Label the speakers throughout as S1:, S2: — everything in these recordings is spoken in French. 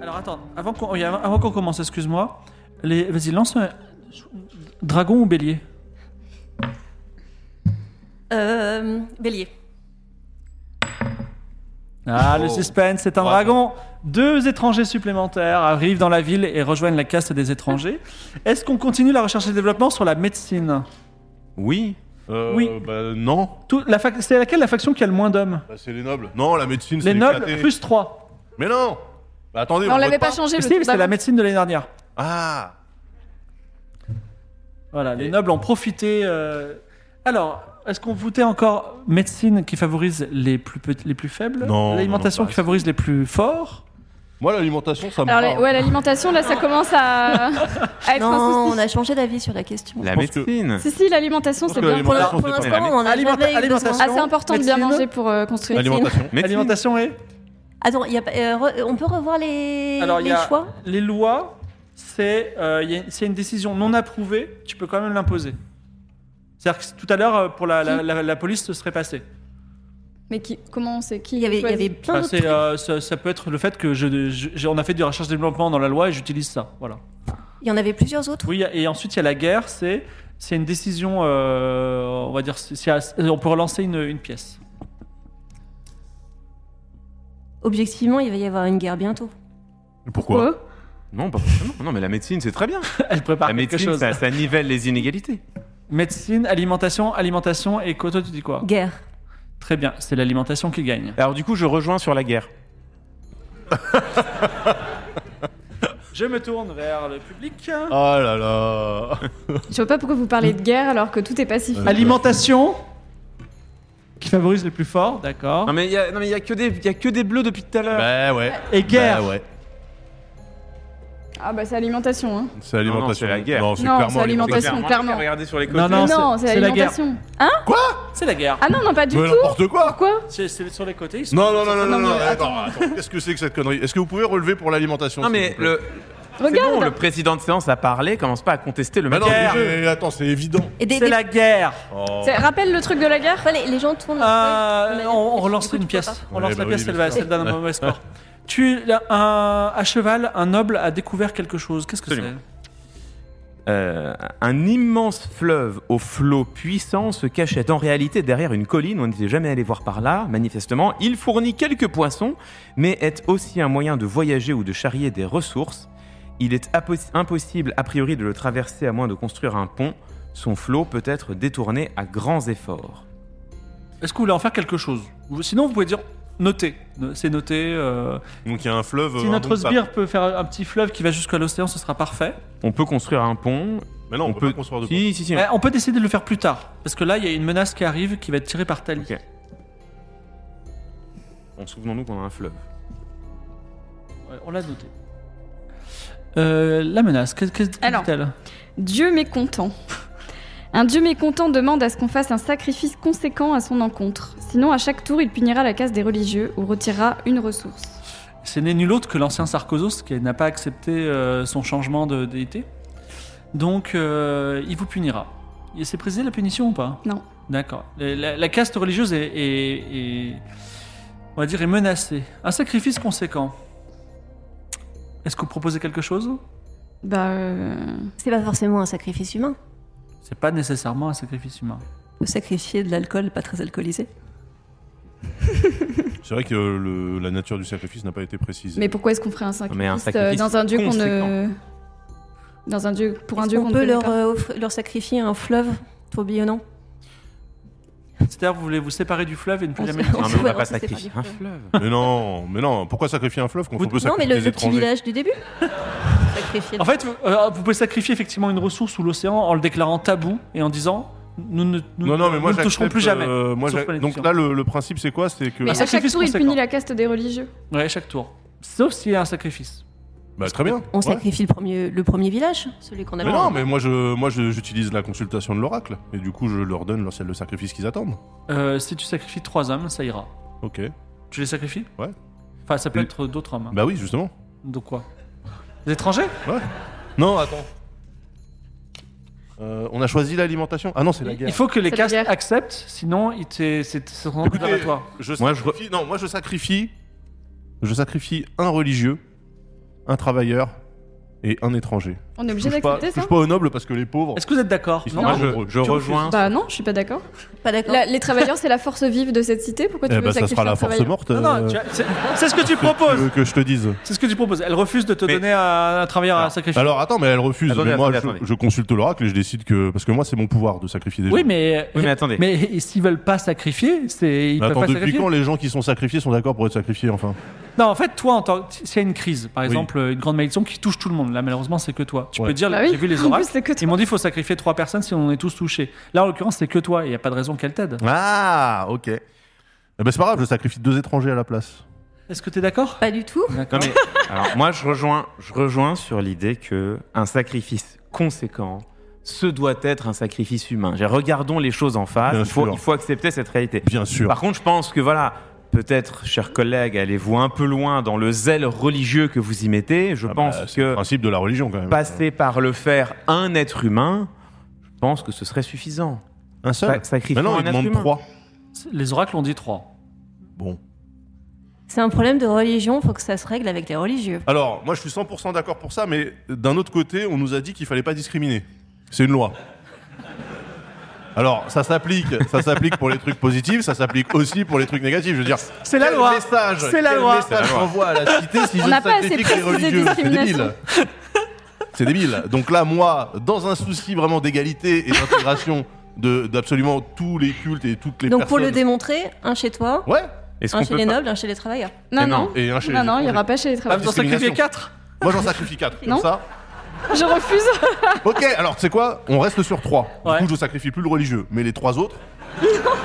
S1: Alors attends, avant qu'on oui, avant- avant qu'on commence, excuse-moi. Les... Vas-y, lance. un- Dragon ou bélier
S2: Euh, bélier.
S1: Ah, le
S3: Oh.
S1: suspense, c'est un
S3: Bravo.
S1: dragon. Deux étrangers supplémentaires arrivent dans la ville et rejoignent la caste des étrangers. Est-ce qu'on continue la recherche et le développement sur la médecine
S3: Oui. Euh,
S1: Oui.
S3: Bah, non.
S1: Tout- la fac- C'est laquelle la faction qui a le moins d'hommes
S3: Bah, c'est les nobles. Non, la médecine, c'est
S1: Les nobles,
S3: éclaté.
S1: plus 3.
S3: Mais non Bah, attendez,
S4: Non, on
S3: vote
S4: l'avait pas changé
S1: Mais
S4: le
S1: si,
S4: tour
S1: c'est la
S4: d'avant.
S1: médecine de l'année dernière.
S3: Ah
S1: Voilà, les nobles ont profité. euh, Alors, est-ce qu'on votait encore médecine qui favorise les plus, petits- les plus faibles
S3: Non,
S1: L'alimentation
S3: non, non,
S1: qui
S3: pas.
S1: favorise les plus forts
S3: Moi, l'alimentation, ça me
S4: Alors,
S3: parle.
S4: les- ouais, l'alimentation, là, ça commence à, à être
S2: Non,
S4: un
S2: on
S4: souci.
S2: a changé d'avis sur la question.
S5: La
S3: pense que-
S5: médecine
S4: Si, si, l'alimentation,
S3: Je pense
S4: c'est
S3: que
S4: bien.
S3: l'aliment-
S2: Pour l'in-
S3: Alimentation,
S2: pour l'instant,
S3: c'est pas mal.
S2: on en a
S1: Aliment-
S2: jamais eu
S1: alimentation.
S2: besoin.
S4: Ah, c'est important de
S1: Médecine.
S4: bien manger pour euh, construire.
S3: Alimentation.
S5: Médecine.
S1: Alimentation et
S2: Attends, il y a pas- euh, re- on peut revoir les,
S1: Alors, il
S2: les
S1: y a-
S2: choix
S1: les lois, c'est euh, il y a- s'il y a une décision non approuvée, tu peux quand même l'imposer. C'est-à-dire que tout à l'heure, euh, pour la, la, la- la police, ce serait passé.
S4: Mais qui, comment on sait qui
S2: Il y avait, il y
S4: choisit
S2: avait plein
S1: Bah,
S2: d'autres
S1: c'est,
S2: trucs.
S1: euh, ça, ça peut être le fait que je, je- j'ai- on a fait du recherche-développement dans la loi et j'utilise ça. Voilà.
S2: Il y en avait plusieurs autres.
S1: Oui, et ensuite, il y a la guerre, c'est, c'est une décision, euh, on va dire, c'est- c'est à- on peut relancer une, une pièce.
S2: Objectivement, il va y avoir une guerre bientôt.
S3: Pourquoi
S4: Quoi
S5: Non, pas forcément. Non, mais la médecine, c'est très bien.
S1: Elle prépare
S5: la
S1: quelque
S5: médecine,
S1: chose.
S5: ça, ça nivelle les inégalités.
S1: Médecine, alimentation, alimentation et Koto, tu dis quoi
S2: Guerre.
S1: Très bien, c'est l'alimentation qui gagne.
S5: Alors, du coup, je rejoins sur la guerre.
S1: Je me tourne vers le public.
S3: Oh là là
S4: Je vois pas pourquoi vous parlez de guerre alors que tout est pacifique.
S3: Euh,
S1: Alimentation qui favorise les plus forts, d'accord.
S5: Non, mais il y a, non, mais il y a que des, il y a que des bleus depuis tout à l'heure.
S3: Bah ouais.
S1: Et guerre.
S3: Bah ouais.
S4: Ah bah c'est alimentation. Hein.
S3: C'est
S5: non,
S3: l'alimentation.
S5: c'est la guerre.
S3: Non, c'est
S4: Non,
S3: clairement
S4: c'est
S5: C'est
S4: alimentation, clairement.
S5: Regardez sur les côtés.
S1: Non, non,
S4: non,
S1: c'est-
S4: c'est
S1: c'est la guerre.
S4: l'alimentation.
S1: C'est la guerre.
S4: Ah non, non, pas du
S3: Mais
S4: tout.
S3: n'importe quoi
S4: Pourquoi
S1: C'est c'est sur les côtés. ils sont-
S3: Non, non, non, non, non, non,
S4: mais
S3: attends, attends. Qu'est-ce que c'est que cette connerie Est-ce que vous pouvez relever pour l'alimentation
S5: Non,
S3: s'il
S5: mais
S3: vous plaît
S5: le, c'est
S4: Regarde.
S5: bon, le président de séance a parlé, commence pas à contester le
S3: Bah non,
S5: matin.
S1: guerre.
S3: mais attends, c'est évident.
S2: Et des,
S1: C'est
S2: des-
S1: la guerre.
S3: Oh.
S4: C'est- Rappelle le truc de la guerre.
S2: Ouais, les, les gens tournent leur feuille
S1: Euh,
S2: de manière-
S1: on, on
S2: Du
S1: relance
S2: coup, tu
S1: une
S2: peux
S1: pièce.
S2: pas.
S1: On
S3: Ouais,
S1: relance la
S3: bah oui,
S1: pièce,
S3: bien
S1: elle va-
S3: sûr.
S1: celle d'un mauvais score. Tu, là, un, à cheval, un noble a découvert quelque chose. Qu'est-ce que c'est
S5: Absolument. Euh, un immense fleuve aux flots puissants se cachait en réalité derrière une colline, on n'était jamais allé voir par là, manifestement. Il fournit quelques poissons, mais est aussi un moyen de voyager ou de charrier des ressources. Il est appos- impossible a priori de le traverser à moins de construire un pont. Son flot peut être détourné à grands efforts.
S1: Est-ce que vous voulez en faire quelque chose Ou- Sinon, vous pouvez dire noter. Ne- C'est noté. euh,
S3: Donc il y a un fleuve.
S1: Si
S3: un
S1: notre
S3: bon
S1: sbire peut faire un petit fleuve qui va jusqu'à l'océan, ce sera parfait.
S5: On peut construire un pont.
S3: pape. Mais non, on, peut, pas construire de
S5: Si, si, si.
S1: Eh, on peut décider de le faire plus tard, parce que là, il y a une menace qui arrive qui va être tirée par Tali.
S5: Ok. On souvenons-nous qu'on a un fleuve.
S1: Ouais, on l'a noté. Euh, la menace, qu'est-ce qu'est-ce que
S4: Alors.
S1: dit-elle
S4: Dieu mécontent. Un dieu mécontent demande à ce qu'on fasse un sacrifice conséquent à son encontre. Sinon, à chaque tour, il punira la casse des religieux ou retirera une ressource.
S1: Ce n'est nul autre que l'ancien Sarkozos qui n'a pas accepté euh, son changement de déité. Donc, euh, il vous punira. Et C'est précisé la punition ou pas
S4: Non.
S1: D'accord. La, la- la caste religieuse est, est- est- on va dire, est menacée. Un sacrifice conséquent. Est-ce que vous proposez quelque chose
S4: Bah. euh,
S2: C'est pas forcément un sacrifice humain.
S1: C'est pas nécessairement un sacrifice humain.
S2: Le sacrifier de l'alcool pas très alcoolisé.
S3: C'est vrai que le- la nature du sacrifice n'a pas été précisée.
S4: Mais pourquoi est-ce qu'on ferait un sacrifice,
S5: Mais un
S4: euh,
S5: sacrifice
S4: dans un dieu qu'on ne.
S5: conséquent.
S4: Dans un dieu. Pour un
S2: Est-ce
S4: dieu
S2: qu'on euh,
S4: qu'on ne
S2: peut
S4: connaît
S2: leur,
S4: pas
S2: euh, offrir- leur sacrifier un fleuve tourbillonnant
S1: C'est-à-dire vous voulez vous séparer du fleuve et ne plus
S2: On
S1: jamais
S2: se-
S1: le
S2: on
S5: Non,
S1: quitter.
S5: mais on
S2: Ouais,
S5: va pas hein.
S2: sait pas
S5: sacrifier
S2: dire
S5: un
S2: que-
S5: fleuve.
S3: Mais non, mais non, pourquoi sacrifier un fleuve quand
S1: Vous-
S3: on peut
S2: Non, mais
S3: sacrifier
S2: le,
S3: des
S2: le petit
S3: étrangers
S2: village du début. Sacrifier.
S1: En fait, vous, euh, vous pouvez sacrifier effectivement une ressource ou l'océan en le déclarant tabou et en disant nous ne, nous,
S3: Non, non, mais moi
S1: nous ne toucherons
S3: j'accepte,
S1: plus jamais.
S3: euh, moi,
S1: sauf
S3: j'ac-
S1: pour les
S3: Donc
S1: étudiants.
S3: là, le, le principe, c'est quoi C'est que.
S4: Mais
S1: Un
S4: à chaque
S1: sacrifice
S4: tour, il
S1: conséquent.
S4: punit la caste des religieux.
S3: euh,
S1: Ouais, chaque tour. Sauf s'il y a un sacrifice.
S3: Bah, très bien.
S2: On
S3: ouais.
S2: sacrifie le premier, le premier village, celui qu'on a
S3: Mais non, mais moi, je, moi, je- j'utilise la consultation de l'oracle. Et du coup, je leur donne leur ciel de sacrifice qu'ils attendent.
S1: Euh, si tu sacrifies trois hommes, ça ira.
S3: Ok.
S1: Tu les sacrifies
S3: Ouais.
S1: Enfin, ça peut
S3: Mm.
S1: être d'autres hommes. hein.
S3: Bah oui, justement.
S1: De quoi Des étrangers
S3: Non, attends. Euh, on a choisi l'alimentation. Ah non, c'est la guerre.
S1: Il faut que les
S4: C'est la
S1: castes
S4: guerre.
S1: acceptent, sinon ils t'est- c'est c'est vraiment
S3: Écoutez,
S1: dégradatoire.
S3: Je
S5: Moi, je
S3: sacrifie... Non, moi je sacrifie. Je sacrifie un religieux, un travailleur et un étranger.
S4: On est
S3: Je
S4: obligé
S3: touche pas,
S4: d'accepter
S3: je
S4: ça
S3: touche pas aux nobles parce que les pauvres.
S1: Est-ce que vous êtes d'accord
S3: Ils
S1: Non
S3: sont
S5: Moi,
S3: Non.
S5: je, je
S1: Tu
S5: rejoins.
S4: Bah non, je suis pas d'accord.
S2: Pas d'accord.
S4: La- les travailleurs, c'est la force vive de cette cité. Pourquoi tu
S3: Eh
S4: veux
S3: bah, ça
S4: sacrifier
S3: sera
S4: un
S3: la force
S4: travailleur
S3: morte.
S1: Non, non,
S3: euh,
S1: tu as- c'est c'est ce que tu
S3: que-
S1: proposes.
S3: que- Que je te dise.
S1: C'est ce que tu proposes. Elle refuse de te
S5: Mais-
S1: donner à un travailleur à
S5: Alors,
S1: sacrifier.
S3: Alors attends, mais elle refuse.
S5: Attendez,
S3: mais moi,
S5: attendez,
S3: je,
S5: attendez.
S3: je consulte l'oracle et je décide que parce que moi, c'est mon pouvoir de sacrifier des
S1: oui,
S3: gens.
S1: mais
S5: Oui, mais attendez.
S1: mais s'ils veulent pas sacrifier, c'est ils
S3: Mais
S1: peuvent
S3: attends,
S1: pas
S3: depuis
S1: sacrifier.
S3: quand les gens qui sont sacrifiés sont d'accord pour être sacrifiés enfin
S1: Non, en fait, toi, en tant- s'il y a une crise, par
S3: Oui.
S1: exemple, une grande malédiction qui touche tout le monde, là, malheureusement, c'est que toi. Tu
S3: Ouais.
S1: peux dire,
S4: Bah oui.
S1: j'ai vu les
S4: En plus,
S1: oracles,
S4: c'est que
S1: ils
S4: toi.
S1: m'ont dit, il faut sacrifier trois personnes si on est tous touchés. Là, en l'occurrence, c'est que toi, il n'y a pas de raison qu'elle t'aide.
S5: Ah, ok.
S3: Eh ben c'est pas grave, je sacrifie deux étrangers à la place.
S1: Est-ce que tu es
S4: Bah
S1: d'accord
S2: Pas du tout.
S5: Non
S1: D'accord.
S5: mais alors moi je rejoins, je rejoins sur l'idée que un sacrifice conséquent, ce doit être un sacrifice humain. J'ai- Regardons les choses en face.
S3: Bien
S5: Il faut,
S3: sûr.
S5: il faut accepter cette réalité.
S3: Bien sûr.
S5: Par contre, je pense que voilà, peut-être, chers collègues, allez-vous un peu loin dans le zèle religieux que vous y mettez. Je
S3: Ah bah,
S5: pense
S3: c'est le
S5: que
S3: principe de la religion quand même.
S5: passer par le faire un être humain, je pense que ce serait suffisant.
S3: Un
S5: Sa-
S3: seul.
S5: sacrifier
S3: Mais non, il
S5: un être
S3: demande
S5: humain.
S3: trois.
S1: Les oracles ont dit trois.
S3: Bon.
S2: C'est un problème de religion, faut que ça se règle avec les religieux.
S3: Alors, moi, je suis 100% d'accord pour ça, mais d'un autre côté, on nous a dit qu'il fallait pas discriminer. C'est une loi. Alors, ça s'applique, ça s'applique pour les trucs positifs, ça s'applique aussi pour les trucs négatifs. Je veux dire,
S1: C'est la
S3: quel
S1: loi.
S3: message,
S1: C'est la
S3: quel
S1: loi.
S3: message j'envoie à la cité si
S4: On
S3: je
S4: n'a pas assez
S3: sacrifie que les
S4: précisé
S3: religieux C'est débile.
S4: discrimination.
S3: C'est débile. Donc là, moi, dans un souci vraiment d'égalité et d'intégration de d'absolument tous les cultes et toutes les
S2: Donc pour
S3: personnes.
S2: le démontrer, un chez toi,
S3: Ouais.
S5: Est-ce
S2: un
S5: qu'on
S2: chez
S5: peut
S2: les
S5: pas-
S2: nobles, un chez les travailleurs.
S4: Non,
S5: Mais
S4: non.
S5: non.
S3: Et un chez
S4: Non,
S3: les
S4: non, il n'y
S3: étrangers.
S4: aura pas chez les
S1: Ah,
S4: travailleurs.
S1: vous en sacrifiez
S3: Discrimination.
S1: quatre
S3: Moi, j'en sacrifie quatre. Comme
S4: Non.
S3: ça,
S4: Je refuse.
S3: Ok, alors tu sais quoi On reste sur trois.
S1: Ouais.
S3: Du coup, je sacrifie plus le religieux, mais les trois autres.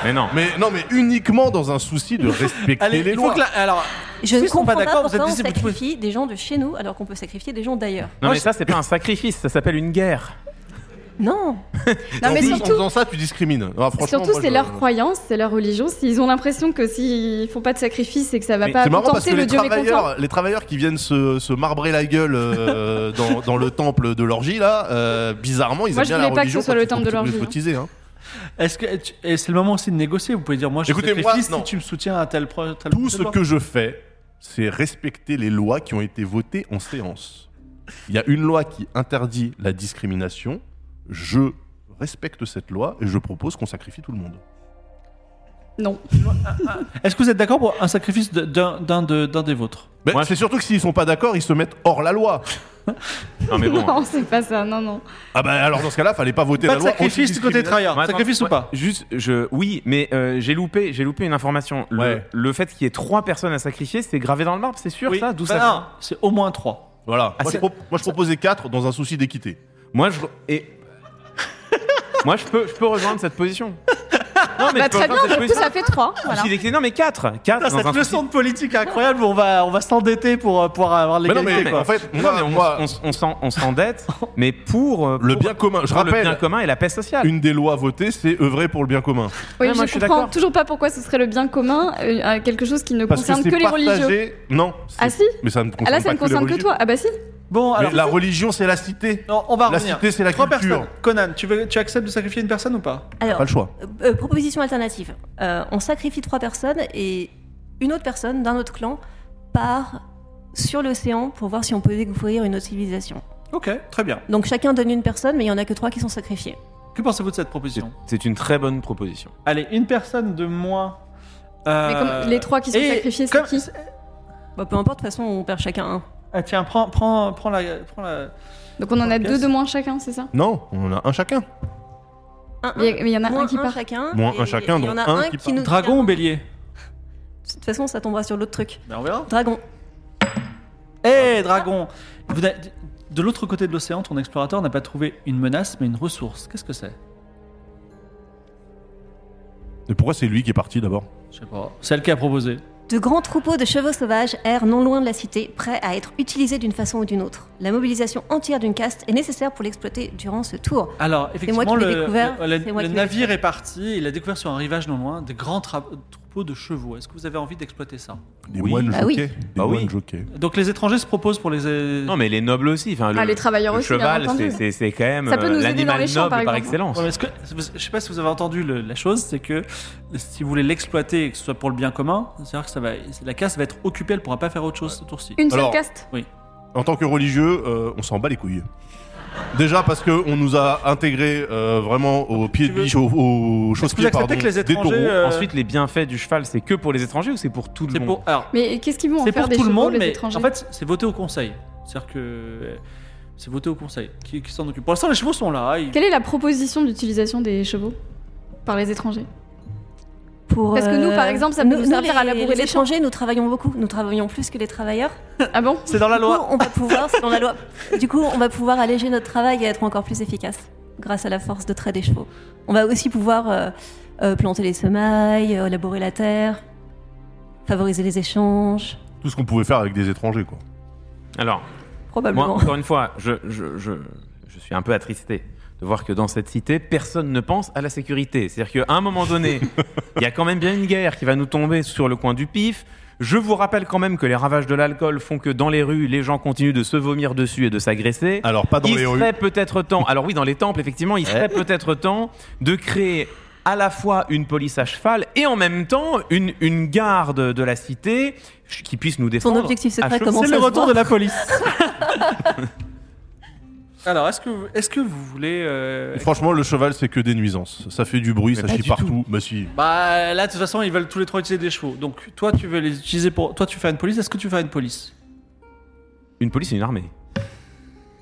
S5: Mais non.
S3: Mais non, mais uniquement dans un souci de respecter
S1: Allez,
S3: les
S1: il faut
S3: lois.
S1: que la- alors,
S2: Je
S1: S'ils
S2: ne
S1: sont
S2: comprends
S1: pas
S2: pas,
S1: d'accord, vous êtes
S2: pourquoi on
S1: des- vous pouvez-
S2: sacrifie des gens de chez nous alors qu'on peut sacrifier des gens d'ailleurs.
S1: Moi,
S5: Non mais
S1: je-
S5: ça c'est pas un sacrifice, ça s'appelle une guerre.
S2: Non,
S4: Non,
S3: En
S4: mais
S3: plus, En
S4: surtout.
S3: faisant ça, tu discrimines. Ah, franchement,
S4: Surtout,
S3: moi,
S4: c'est
S3: je-
S4: leur croyance, c'est leur religion. S'ils ont l'impression que s'ils font pas de sacrifice et que ça va
S5: Mais
S4: pas
S3: C'est marrant parce que
S4: contenter le
S3: les
S4: dieu mécontent.
S3: travailleurs, les travailleurs qui viennent se, se marbrer la gueule euh, dans, dans le temple de l'orgie, là, euh, bizarrement, ils
S4: Moi,
S3: aiment
S4: je
S3: bien la
S4: voulais pas que
S3: religion
S4: ce soit
S3: quand
S4: le
S3: ils
S4: temple
S3: sont
S4: de
S3: tous
S4: l'orgie, hein.
S3: baptisés, hein.
S1: est-ce que tu- et c'est le moment aussi de négocier Vous pouvez dire, moi, je
S3: Écoutez,
S1: sacrifie
S3: moi,
S1: si
S3: non.
S1: tu me soutiens à tel pro. tel-
S3: Tout
S1: tel
S3: ce
S1: loi.
S3: que je fais, c'est respecter les lois qui ont été votées en séance. Il y a une loi qui interdit la discrimination. Je respecte cette loi et je propose qu'on sacrifie tout le monde.
S4: Non.
S1: Est-ce que vous êtes d'accord pour un sacrifice de- d'un d'un de- d'un des vôtres
S3: Ben,
S5: Moi,
S3: c'est surtout que s'ils sont pas d'accord, ils se mettent hors la loi.
S5: Non mais bon.
S4: Non, c'est pas ça. Non, non.
S3: Ah ben alors dans ce cas-là, fallait pas voter
S1: Pas
S3: la
S1: de
S3: loi.
S1: sacrifice du côté
S3: anti-discrimination.
S1: travailleur.
S5: Ouais, attends,
S1: Sacrifice ou
S5: ouais,
S1: pas
S5: Juste, je, oui, mais euh, j'ai loupé, j'ai loupé une information. Le,
S3: Ouais.
S5: le fait qu'il y ait trois personnes à sacrifier, c'est gravé dans le marbre, c'est sûr,
S1: Oui.
S5: ça, d'où
S1: Bah
S5: ça
S1: non, C'est au moins trois.
S3: Voilà.
S5: Ah,
S3: moi, je
S5: c'est-
S3: pro- moi, je proposais 4 dans un souci d'équité.
S5: vient Moi, je, et moi, je peux, je peux rejoindre cette position. Non, mais
S4: Bah,
S5: je peux
S4: très bien,
S5: rejoindre cette
S4: du coup,
S5: position.
S4: ça fait 3. Voilà.
S5: Souci d'équité, Non, mais quatre, quatre.
S1: Putain,
S5: dans un
S1: cette leçon
S5: souci-
S1: de politique incroyable, on va, on va s'endetter pour, euh, pour avoir
S3: Mais non mais
S1: l'égalité. quoi.
S3: en fait,
S5: Non,
S3: moi,
S5: mais on,
S3: moi,
S5: on s- on s'en- on s'endette, mais pour euh,
S3: le
S5: pour-
S3: bien commun. Je
S5: pour le bien
S3: rappelle,
S5: commun et la paix sociale.
S3: une des lois votées, c'est œuvrer pour le bien commun.
S4: Oui,
S5: Ouais, moi,
S4: je
S5: je suis
S4: comprends
S5: d'accord.
S4: toujours pas pourquoi ce serait le bien commun, euh, à quelque chose qui ne
S3: Parce que
S4: concerne
S3: c'est
S4: que, les religieux.
S3: partagé. Non.
S4: Ah
S3: c'est-
S4: si
S3: Mais ça ne concerne
S4: Ah là, ça
S3: pas
S4: ne concerne
S3: les
S4: que toi. Ah bah si
S1: bon,
S3: religieux.
S1: Oh, alors,
S3: Mais la religion, c'est la cité.
S1: non, on va
S3: La
S1: revenir.
S3: cité, c'est la
S1: Trois
S3: culture.
S1: personnes. Conan, tu, veux, tu acceptes de sacrifier une personne ou pas
S2: alors
S3: Pas le choix.
S2: euh, proposition alternative. Euh, on sacrifie trois personnes et une autre personne d'un autre clan part sur l'océan pour voir si on peut découvrir une autre civilisation.
S1: Ok, très bien.
S2: Donc chacun donne une personne, mais il y en a que trois qui sont sacrifiés.
S1: Que pensez-vous de cette
S5: C'est-
S1: proposition
S5: C'est une très bonne proposition.
S1: Allez, une personne de moins. euh,
S4: Mais comme les trois qui sont
S1: et
S4: sacrifiés, c'est
S1: comme-
S4: qui
S2: Bah, peu importe, de toute façon, on perd chacun un.
S1: Ah, tiens, prends, prends, prends la. Prends la...
S4: Donc on en
S1: Trois
S4: a
S1: pièces.
S4: deux de moins chacun, c'est ça
S3: Non, on en a un chacun.
S2: un,
S4: Mais il y en a
S2: moins
S4: un qui part.
S2: chacun.
S3: Moins un
S2: et
S3: chacun,
S2: il y en
S3: donc
S2: a
S3: un
S2: un
S3: qui
S2: qui
S3: part.
S2: nous
S1: Dragon ou bélier
S2: tient. De toute façon, ça tombera sur l'autre truc.
S1: Ben on verra.
S2: Dragon.
S1: Hé, Eh, dragon Vous n'avez- De l'autre côté de l'océan, ton explorateur n'a pas trouvé une menace, mais une ressource. Qu'est-ce que c'est
S3: Mais pourquoi c'est lui qui est parti d'abord
S1: Je sais pas. Celle qui a proposé.
S2: De grands troupeaux de chevaux sauvages errent non loin de la cité, prêts à être utilisés d'une façon ou d'une autre. La mobilisation entière d'une caste est nécessaire pour l'exploiter durant ce tour.
S1: Alors, effectivement,
S2: qui l'ai
S1: le,
S2: découvert,
S1: le- le-
S2: c'est moi
S1: le
S2: qui l'ai
S1: navire est parti. Il a découvert sur un rivage non loin des grands tra- troupeaux de chevaux. Est-ce que vous avez envie d'exploiter ça
S3: Des
S5: Oui.
S3: moines
S2: Bah oui.
S3: jockeys. Des
S5: Bah oui.
S3: moines jockeys.
S1: Donc les étrangers se proposent pour les. euh,
S5: Non, mais les nobles aussi. Enfin, le,
S4: Ah, les travailleurs
S5: le
S4: aussi, bien
S5: cheval,
S4: entendu.
S5: c'est- c'est c'est quand même
S4: Ça peut
S5: euh,
S4: nous aider dans
S5: l'animal
S4: les champs,
S5: noble
S4: par
S5: par,
S4: exemple.
S5: excellence.
S1: Ouais, mais est-ce que, je sais pas si vous avez entendu le- la chose, c'est que si vous voulez l'exploiter et que ce soit pour le bien commun, c'est-à-dire que ça va, la casse va être occupée, elle pourra pas faire autre chose ce tour-ci.
S4: Une seule
S3: Alors-
S4: caste
S3: En tant que religieux, euh, on s'en bat les couilles. Déjà parce que on nous a intégré euh, vraiment au pied
S1: Tu
S3: de
S1: veux-
S3: biche, au, au
S1: Vous
S3: chausse-pied, pardon,
S1: acceptez que les
S3: des
S1: étrangers.
S3: taureaux.
S1: euh,
S5: Ensuite, les bienfaits du cheval, c'est que pour les étrangers ou c'est pour tout le
S1: c'est
S5: monde
S1: pour. Alors,
S4: Mais qu'est-ce qu'ils vont en
S1: C'est
S4: faire
S1: pour
S4: des
S1: tout le
S4: chevaux,
S1: monde,
S4: les
S1: mais
S4: étrangers
S1: en fait, c'est voté au conseil. C'est-à-dire que euh, c'est voté au conseil qui, qui s'en occupe. Pour l'instant, les chevaux sont là. ils-
S4: Quelle est la proposition d'utilisation des chevaux par les étrangers
S2: Pour, euh,
S4: Parce que nous, par exemple, ça peut nous servir à labourer les
S2: étrangers, nous travaillons beaucoup. Nous travaillons plus que les travailleurs.
S4: Ah bon
S1: C'est dans la
S2: Du coup,
S1: loi.
S2: on va pouvoir, c'est dans la loi. Du coup, on va pouvoir alléger notre travail et être encore plus efficace grâce à la force de trait des chevaux. On va aussi pouvoir euh, euh, planter les semailles, euh, labourer la terre, favoriser les échanges,
S3: Tout ce qu'on pouvait faire avec des étrangers, quoi.
S5: Alors,
S1: Ah,
S5: moi,
S2: probablement.
S5: encore une fois, je, je, je, je suis un peu attristé de voir que dans cette cité, personne ne pense à la sécurité. C'est-à-dire qu'à un moment donné, il y a quand même bien une guerre qui va nous tomber sur le coin du pif. Je vous rappelle quand même que les ravages de l'alcool font que dans les rues, les gens continuent de se vomir dessus et de s'agresser.
S1: Ah,
S3: Alors pas dans
S5: il
S3: les rues.
S5: serait peut-être temps, alors oui, dans les temples, effectivement, il serait peut-être temps de créer à la fois une police à cheval et en même temps une, une garde de la cité ch- qui puisse nous défendre.
S2: objectif
S5: à
S2: secret
S5: cheval.
S2: commence
S1: C'est
S2: ça
S1: le
S2: se
S1: retour
S2: voit.
S1: de la police. Alors, est-ce que, est que vous voulez. euh,
S3: Et Franchement, le cheval, c'est que des nuisances. Ça fait du bruit, ça chie partout. Bah si.
S1: Bah là, de toute façon, ils veulent tous les trois utiliser des chevaux. Donc, toi, tu veux les utiliser pour. Toi, tu fais une police. Est-ce que tu fais une police
S5: Une police et une armée.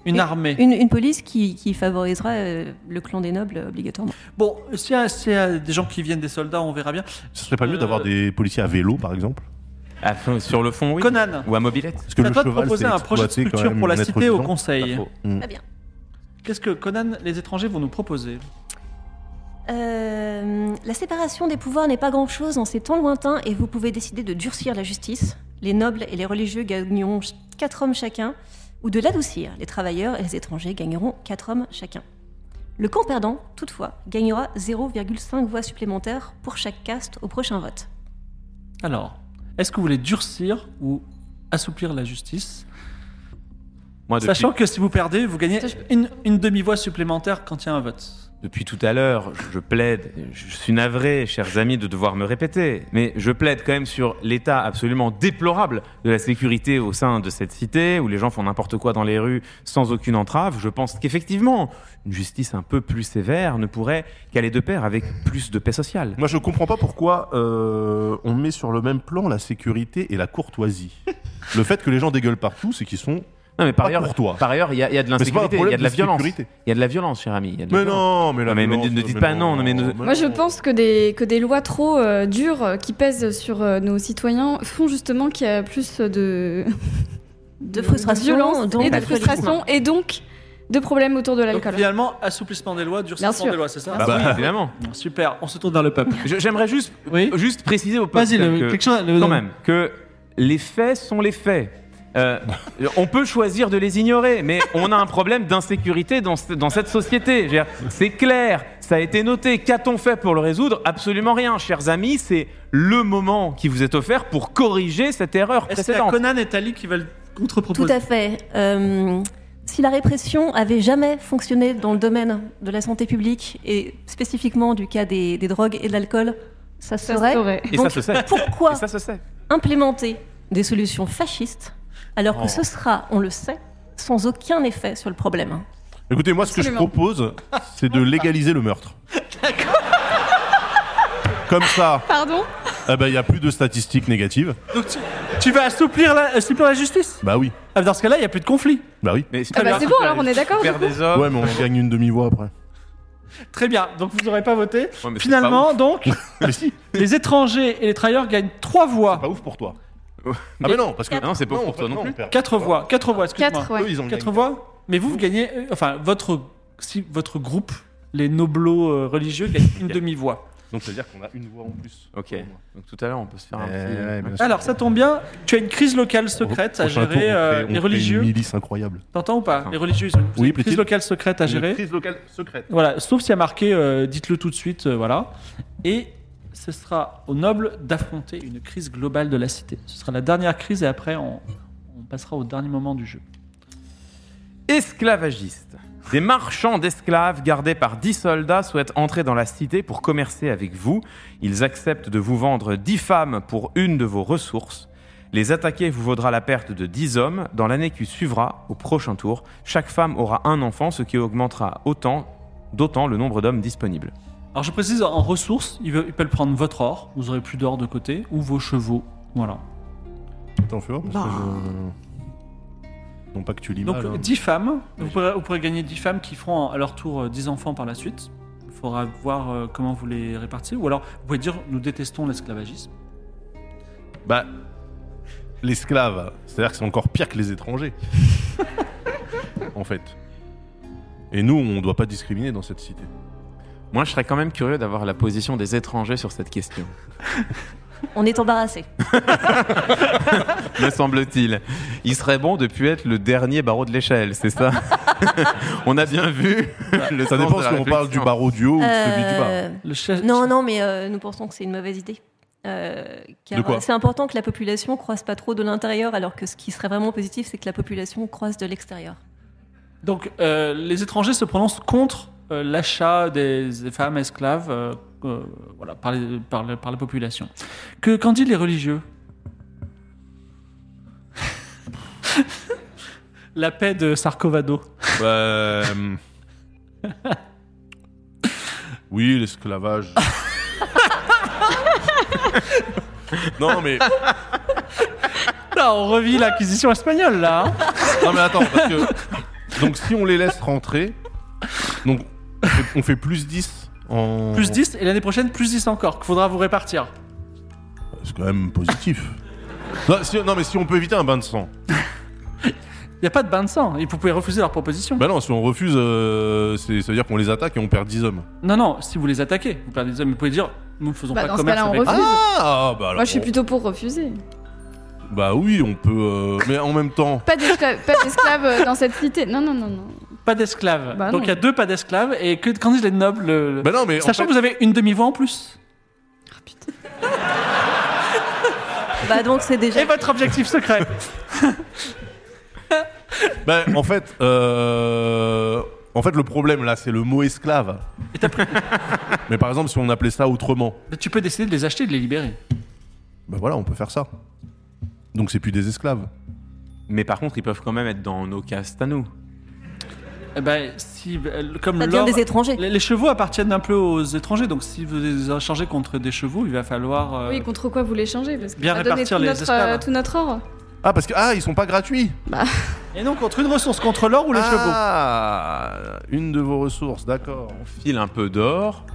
S1: Une
S2: Et-
S1: armée
S2: Une, une police qui, qui favorisera euh, le clan des nobles euh, obligatoirement.
S1: Bon, s'il y, a- s'il y a des gens qui viennent des soldats, on verra bien.
S3: Ce serait pas
S1: Euh,
S3: mieux d'avoir des policiers à vélo, par exemple
S5: À fond- sur le fond, oui.
S1: Conan,
S5: Ou à mobilette.
S3: Parce que
S1: c'est à
S3: le
S1: toi de
S3: cheval,
S1: proposer
S3: c'est
S1: un projet de
S3: exploité quand
S1: structure
S3: même, Mm.
S1: pour la
S3: un être
S1: cité au
S3: vivant.
S5: Pas
S1: conseil.
S5: faux.
S2: Très bien.
S1: Qu'est-ce que Conan, les étrangers vont nous proposer
S2: Euh, la séparation des pouvoirs n'est pas grand-chose en ces temps lointains et vous pouvez décider de durcir la justice. Les nobles et les religieux gagneront ch- quatre hommes chacun, ou de l'adoucir. Les travailleurs et les étrangers gagneront quatre hommes chacun. Le camp perdant, toutefois, gagnera 0,5 voix supplémentaires pour chaque caste au prochain vote.
S1: Alors, est-ce que vous voulez durcir ou assouplir la justice
S5: Moi, depuis,
S1: Sachant que si vous perdez, vous gagnez une, une demi-voix supplémentaire quand il y a un vote.
S5: depuis tout à l'heure, je, je plaide, je suis navré, chers amis, de devoir me répéter, mais je plaide quand même sur l'état absolument déplorable de la sécurité au sein de cette cité, où les gens font n'importe quoi dans les rues sans aucune entrave. Je pense qu'effectivement, une justice un peu plus sévère ne pourrait qu'aller de pair avec plus de paix sociale.
S3: Moi, je comprends pas pourquoi euh, on met sur le même plan la sécurité et la courtoisie. le fait que les gens dégueulent partout, c'est qu'ils sont.
S5: Non, mais par
S3: Pas
S5: ailleurs,
S3: pour toi.
S5: par ailleurs, il y a, il y a de
S3: Mais c'est pas un
S5: l'insécurité, il y a
S3: problème
S5: de la
S3: de
S5: violence.
S3: sécurité.
S5: Il y a de la violence, cher ami. il y a de la
S3: Mais
S5: violence.
S3: non, mais la
S5: Non, mais me
S3: violence,
S5: dites- ne dites pas non, non, mais ne-
S4: Moi, je pense que des, que des lois trop euh, dures euh, qui pèsent sur euh, nos citoyens font justement qu'il y a plus de.
S2: De frustration,
S4: violence
S2: donc
S4: et de
S2: d'alcoolisme.
S4: frustration, et donc de problèmes autour de
S1: Donc
S4: l'alcool.
S1: finalement, assouplissement des lois, durcissement
S4: sûr.
S1: des lois, c'est ça
S5: Bah,
S3: Bah,
S5: oui, évidemment.
S1: Super, on se tourne vers le peuple.
S5: Je- J'aimerais juste,
S1: Oui
S5: juste préciser au peuple
S1: Vas-y, le-
S5: que-
S1: quelque chose. le-
S5: quand même que les faits sont les faits. Euh, on peut choisir de les ignorer, mais on a un problème d'insécurité dans, ce- dans cette société. Je veux dire, C'est clair, ça a été noté. Qu'a-t-on fait pour le résoudre Absolument rien, chers amis. C'est le moment qui vous est offert pour corriger cette erreur
S1: Est-ce qu'il y a
S5: précédente.
S1: Conan et Tali qui veulent
S2: Tout
S1: contre-proposer
S2: à fait. Euh, si la répression avait jamais fonctionné dans le domaine de la santé publique, et spécifiquement du cas des, des drogues et de l'alcool, ça
S4: Ça
S2: serait.
S4: saurait.
S5: Et ça
S2: Donc,
S5: se sait.
S2: Pourquoi
S5: Et ça se sait.
S2: implémenter des solutions fascistes alors que
S5: Oh.
S2: ce sera, on le sait, sans aucun effet sur le problème.
S3: Écoutez, moi, ce que je
S4: Absolument.
S3: propose, c'est de légaliser le meurtre. Comme ça,
S4: Pardon
S3: eh ben, il n'y a plus de statistiques négatives.
S1: Donc tu, tu vas assouplir la, assouplir la justice
S3: Bah oui,
S1: Ah, Dans ce cas-là, il n'y a plus de conflit.
S3: bah oui.
S5: Mais
S4: Ah bah, C'est bon, alors on est d'accord.
S5: Faire des hommes.
S3: Ouais, mais on gagne une demi-voix après.
S1: Très bien, donc vous n'aurez pas voté.
S5: Ouais, mais c'est
S1: Finalement, donc,
S3: Mais si,
S1: les étrangers et les travailleurs gagnent 3 voix.
S3: Ah, pas ouf pour toi.
S5: Ouais.
S3: Ah, mais non, parce que.
S5: pas ouf. Non, c'est pas ouf pour toi non plus.
S1: 4 voix, 4 voix, excuse-moi.
S4: Quatre, ouais.
S3: Eux, ils ont gagné.
S1: 4 voix Mais vous, vous gagnez. euh, Enfin, votre, si, votre groupe, les noblos euh, religieux, gagnent une demi-voix.
S3: Donc, ça veut dire qu'on a une voix en plus.
S5: Ok. Donc tout à l'heure, on peut se faire un
S3: Eh,
S5: petit. euh,
S3: ouais, bien sûr.
S1: Alors, ça tombe bien, tu as une crise locale secrète à
S3: Prochain tour, on
S1: gérer.
S3: fait-
S1: euh,
S3: on fait
S1: les religieux.
S3: Une milice incroyable.
S1: T'entends ou pas
S5: Attends.
S1: Les religieux, ils ont une
S3: Oui,
S1: une crise
S3: plaît-il.
S1: locale secrète à gérer.
S3: Une crise locale secrète.
S1: Voilà, sauf s'il y a marqué euh, dites-le tout de suite, euh, voilà. Et ce sera aux nobles d'affronter une crise globale de la cité. Ce sera la dernière crise et après on, on passera au dernier moment du jeu.
S5: Esclavagistes. Des marchands d'esclaves gardés par dix soldats souhaitent entrer dans la cité pour commercer avec vous. Ils acceptent de vous vendre dix femmes pour une de vos ressources. Les attaquer vous vaudra la perte de 10 hommes. Dans l'année qui suivra, au prochain tour, chaque femme aura un enfant, ce qui augmentera autant, d'autant le nombre d'hommes disponibles.
S1: Alors je précise, en ressources, ils veulent- ils peuvent prendre votre or, vous aurez plus d'or de côté, ou vos chevaux. Voilà.
S3: Attends, fais voir. Parce que je- Non, pas que tu lis
S1: Donc euh,
S3: mal. hein.
S1: 10 femmes, vous pourrez, vous pourrez gagner 10 femmes qui feront à leur tour euh, 10 enfants par la suite. Il faudra voir euh, comment vous les répartissez. Ou alors vous pouvez dire nous détestons l'esclavagisme.
S3: Bah, l'esclave, c'est-à-dire que c'est encore pire que les étrangers. en fait. Et nous, on doit pas discriminer dans cette cité.
S5: Moi, je serais quand même curieux d'avoir la position des étrangers sur cette question,
S2: On est embarrassé.
S5: me semble-t-il. Il serait bon de pu être le dernier barreau de l'échelle, c'est ça On a bien vu. le
S3: Ça
S5: sens
S3: dépend
S5: de
S3: si
S5: la
S3: on parle du
S5: réflexion.
S3: barreau du haut ou de celui du bas.
S2: Euh,
S1: Le chef-
S2: Non, non, mais euh, nous pensons que c'est une mauvaise idée. Euh, car
S3: De quoi
S2: c'est important que la population croise pas trop de l'intérieur, alors que ce qui serait vraiment positif, c'est que la population croise de l'extérieur.
S1: Donc, euh, les étrangers se prononcent contre euh, l'achat des femmes esclaves euh, euh, voilà, par, les- par le- par la population. Que qu'en disent les religieux La paix de Sarcovado.
S3: Bah, euh, oui, l'esclavage. non, mais,
S1: Là, on revit l'acquisition espagnole, là. hein.
S3: non, mais attends, parce que. Donc, si on les laisse rentrer, donc, on fait- on fait plus 10 en.
S1: plus 10, et l'année prochaine, plus 10 encore, qu'il faudra vous répartir.
S3: C'est quand même positif. non, si- non, mais si on peut éviter un bain de sang.
S1: Il n'y a pas de bain de sang, et vous pouvez refuser leur proposition.
S3: Bah non, si on refuse, euh, c'est- ça veut dire qu'on les attaque et on perd 10 hommes.
S1: Non, non, si vous les attaquez, vous perdez des hommes, vous pouvez dire, nous ne faisons
S4: Bah,
S1: pas
S4: dans
S1: de
S4: ce
S1: commerce
S4: cas-là, on
S1: avec
S4: refuse.
S3: Ah, bah alors.
S4: Moi, je suis
S3: on-
S4: plutôt pour refuser.
S3: Bah oui, on peut. euh, Mais en même temps.
S4: Pas d'esclaves pas d'esclaves, euh, dans cette cité. Non, non, non, non.
S1: pas d'esclaves.
S4: Bah,
S1: Donc
S4: non.
S1: il y a deux pas d'esclaves, et que qu'en disent les nobles le-
S3: Bah non, mais. en
S1: Sachant
S3: fait-
S1: que vous avez une demi-voix en plus.
S4: Ah, putain.
S2: Bah donc c'est déjà.
S1: Et votre objectif secret
S3: Ben, en fait, euh, en fait, le problème là, c'est le mot esclave.
S1: Et t'as pris-
S3: Mais par exemple, si on appelait ça autrement,
S1: Mais Tu peux décider de les acheter et de les libérer.
S3: ben voilà, on peut faire ça. Donc c'est plus des esclaves.
S5: Mais par contre, ils peuvent quand même être dans nos castes à nous.
S1: Eh ben, si, euh, comme
S2: Ça devient
S1: l'or-
S2: des étrangers.
S1: les, les chevaux appartiennent un peu aux étrangers, donc si vous les échangez contre des chevaux, il va falloir. euh,
S4: Oui, contre quoi vous l'échangez Parce que
S1: Bien
S4: ça a donné
S1: répartir
S4: tout
S1: les
S4: notre,
S1: esclaves.
S4: euh, tout notre or.
S3: Ah parce que ah, ils sont pas gratuits.
S1: Et non contre une ressource, contre l'or ou les chevaux.
S3: ah, une de vos ressources, d'accord.
S5: On file un peu d'or.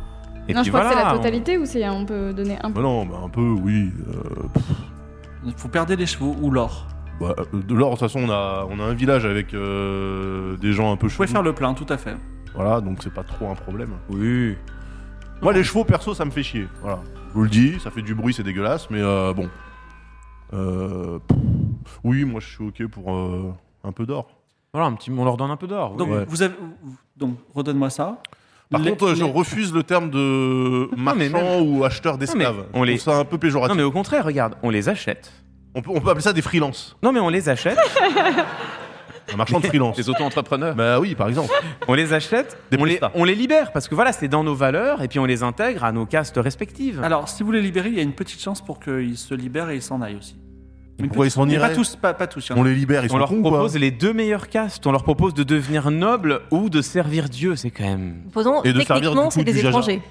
S5: Et
S4: non,
S5: puis
S4: je crois que c'est
S5: voilà,
S4: la
S5: on-
S4: totalité ou c'est euh, on peut donner un peu.
S3: Ben non, ben un peu, oui. euh, pff,
S1: Vous perdez les chevaux ou l'or.
S3: bah, euh, de l'or, de toute façon, on a, on a un village avec euh, des gens un peu
S1: Vous
S3: chauds.
S1: pouvez faire le plein, tout à fait.
S3: Voilà, donc c'est pas trop un problème.
S5: Oui.
S3: Moi, les chevaux, perso, ça me fait chier. Voilà. Je vous le dis, ça fait du bruit, c'est dégueulasse, mais euh, bon. Euh, pff, oui, moi, je suis OK pour euh, un peu d'or.
S5: Voilà, un petit... on leur donne un peu d'or. oui.
S1: Donc,
S3: Ouais.
S1: vous avez... donc redonne-moi ça.
S3: Par
S1: Les-
S3: contre, euh, je
S1: les-
S3: refuse le terme de
S5: Non, mais
S3: marchand ou acheteur d'esclaves.
S5: Non, mais on
S3: On
S5: les-
S3: les... ça un peu
S5: Non,
S3: péjoratif.
S5: mais au contraire, regarde, on les achète.
S3: on, peut, on peut appeler ça des freelances.
S5: Non, mais on les achète.
S3: Un marchand de freelance.
S5: les auto-entrepreneurs.
S3: bah oui, par exemple.
S5: On les achète,
S3: Des
S5: on les,
S3: prestats.
S5: on les libère parce que voilà, c'est dans nos valeurs et puis on les intègre à nos castes respectives.
S1: Alors, si vous les libérez, il y a une petite chance pour qu'ils se libèrent et ils s'en aillent aussi. Une
S3: Pourquoi ils s'en
S1: Mais
S3: iraient
S1: Pas tous, pas, pas tous. il y en a.
S3: On les libère, ils
S5: on
S3: sont
S5: leur
S3: cons,
S5: propose
S3: quoi.
S5: les deux meilleures castes. On leur propose de devenir noble ou de servir Dieu. C'est quand même.
S2: Posons,
S3: Et de servir du
S2: techniquement,
S3: coup
S2: c'est
S3: du
S2: des
S3: jaja.
S2: étrangers.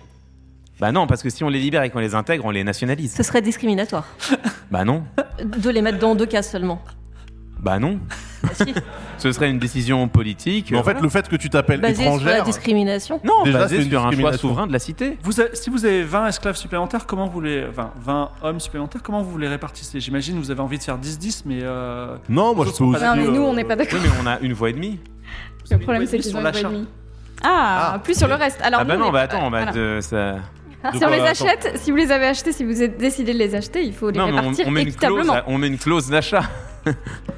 S5: Bah non, parce que si on les libère et qu'on les intègre, on les nationalise.
S2: Ce serait discriminatoire
S5: Bah non.
S2: de les mettre dans deux cases seulement.
S5: Bah non.
S2: Ah, Si,
S5: Ce serait une décision politique.
S3: Mais en
S5: euh,
S3: fait,
S5: voilà.
S3: le fait que tu t'appelles
S2: basé sur la
S3: étrangère,
S2: discrimination.
S5: non,
S3: déjà,
S5: basé
S3: c'est une
S5: sur un choix
S3: discrimination.
S5: souverain de la cité.
S1: Vous avez- si vous avez 20 esclaves supplémentaires, comment vous les. enfin, 20 hommes supplémentaires, comment vous les répartissez J'imagine que vous avez envie de faire 10-10, mais. euh,
S3: non, moi je
S1: Non,
S3: peux aussi.
S4: Non, mais
S3: euh,
S4: nous, on n'est pas
S5: Oui,
S4: d'accord.
S5: mais on a une voix et demie.
S4: Le problème, c'est
S1: Ils
S4: qu'ils
S1: sont
S4: ont
S1: la
S4: une voix et
S1: charte.
S4: demie. Ah,
S3: Ah,
S4: plus sur le
S3: ok.
S4: reste. Alors,
S5: ah bah
S4: nous, on
S5: non,
S4: est-
S5: bah attends, bah,
S4: voilà.
S5: de- ça...
S3: de
S4: Si on
S3: quoi,
S4: les
S3: attends.
S4: achète, si vous les avez achetés, si vous êtes décidé de les acheter, il faut les
S5: non, mais
S4: répartir
S5: on, on met une clause,
S4: équitablement.
S5: à- on met une clause d'achat.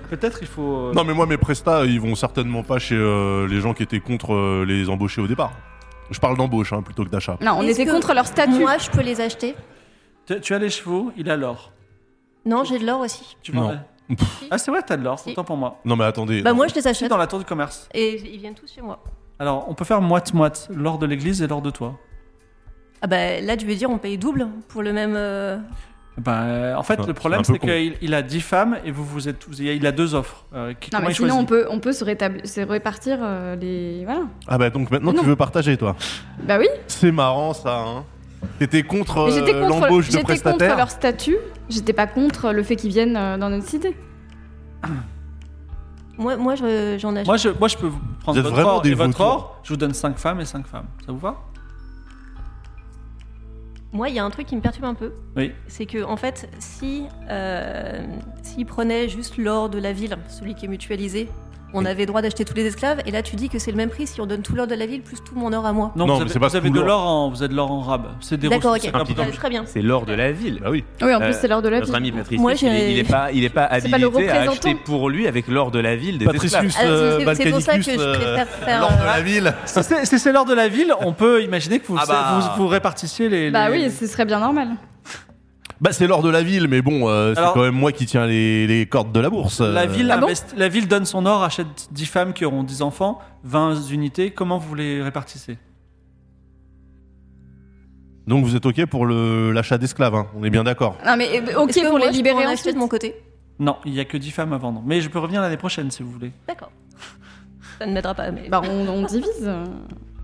S1: Peut-être il faut. euh,
S3: Non, mais moi, mes prestats, ils vont certainement pas chez euh, les gens qui étaient contre euh, les embauchés au départ. Je parle d'embauche hein, plutôt que d'achat.
S4: Non, on
S2: Est-ce
S4: était
S2: que
S4: contre leur statut.
S2: Moi, je peux les acheter.
S1: tu- Tu as les chevaux, il a l'or.
S2: Non, j'ai de l'or aussi.
S1: Tu vois
S3: Non.
S1: Ah, c'est vrai, t'as de l'or,
S2: Si.
S1: autant pour moi.
S3: Non, mais attendez.
S2: Bah, moi, je
S1: Je
S2: les
S1: suis
S2: achète.
S1: dans la tour du commerce.
S2: Et ils viennent tous chez moi.
S1: Alors, on peut faire moite-moite, l'or de l'église et l'or de toi.
S2: Ah, bah là, tu veux dire, on paye double pour le même. euh,
S1: Ben, euh, en fait,
S3: Ah,
S1: le problème,
S3: c'est un
S1: c'est
S3: peu con.
S1: qu'il il a 10 femmes et vous, vous êtes tous. Il a deux offres. Euh, qui,
S4: Non,
S1: comment
S4: mais
S1: il
S4: sinon, on
S1: choisit
S4: peut, on peut se, rétablir, se répartir euh, les. Voilà.
S3: Ah, bah donc maintenant,
S4: Non.
S3: tu veux partager, toi.
S4: Bah oui,
S3: C'est marrant, ça, hein. T'étais contre
S4: mais j'étais
S3: euh,
S4: contre,
S3: l'embauche de
S4: j'étais contre
S3: prestataires
S4: leur statut, j'étais pas contre le fait qu'ils viennent euh, dans notre cité.
S2: Moi, moi je- j'en achète.
S1: Moi je, moi, je peux vous prendre
S3: Vous êtes
S1: votre
S3: vraiment
S1: or
S3: des
S1: et votre
S3: vautours.
S1: or. Je vous donne 5 femmes et 5 femmes. Ça vous va
S2: Moi, il y a un truc qui me perturbe un peu.
S1: Oui.
S2: c'est que en fait, si euh, s'ils prenaient juste l'or de la ville, celui qui est mutualisé, on avait droit d'acheter tous les esclaves. Et là, tu dis que c'est le même prix si on donne tout l'or de la ville plus tout mon or à moi.
S1: Non,
S3: Non,
S1: vous
S3: mais
S1: avez,
S3: c'est pas
S1: vous avez
S3: tout
S1: de
S3: l'or.
S1: l'or en, vous avez de l'or en rab. C'est des
S2: D'accord,
S1: ressources, c'est
S2: ok.
S5: Ah,
S1: important.
S5: putain.
S2: Euh, Très bien.
S5: C'est l'or de la ville.
S3: Bah oui.
S4: Oui, en
S5: Euh,
S4: plus, c'est l'heure de la vie.
S5: Notre ami Patrice,
S2: Moi,
S5: Luce, il, est,
S2: j'ai-
S5: il est pas, il est pas
S4: C'est pas le
S5: habilité à
S4: représentant.
S5: acheter pour lui avec l'or de la ville des
S3: Patrice
S5: esclaves.
S3: Luce,
S2: Ah, c'est-
S3: euh,
S2: c'est- c'est pour ça que
S3: Balkanicus,
S2: je
S3: euh,
S2: préfère faire,
S3: l'or de
S2: euh,
S3: la ville.
S1: Si c'est si c'est l'or de la ville, on peut imaginer que vous,
S5: Ah bah.
S1: vous, vous répartissiez les.
S4: Bah
S1: les-
S4: oui, ce serait bien normal.
S3: Bah, c'est l'or de la ville, mais bon, euh, c'est
S1: Alors-
S3: quand même moi qui tiens les, les cordes de la bourse. euh.
S1: La ville,
S4: Ah bon
S1: investi- la ville donne son or, achète 10 femmes qui auront 10 enfants, 20 unités. Comment vous les répartissez
S3: Donc, vous êtes OK pour le- l'achat d'esclaves, hein. on est bien d'accord.
S4: Non, mais euh, ok
S2: Est-ce que
S4: pour
S2: moi,
S4: les
S2: je peux
S4: libérer
S2: en acheter
S4: ensuite.
S2: de mon côté.
S1: Non, il n'y a que 10 femmes à vendre. Mais je peux revenir l'année prochaine si vous voulez.
S2: D'accord. Ça ne m'aidera pas. Mais...
S4: Bah on, on divise. euh,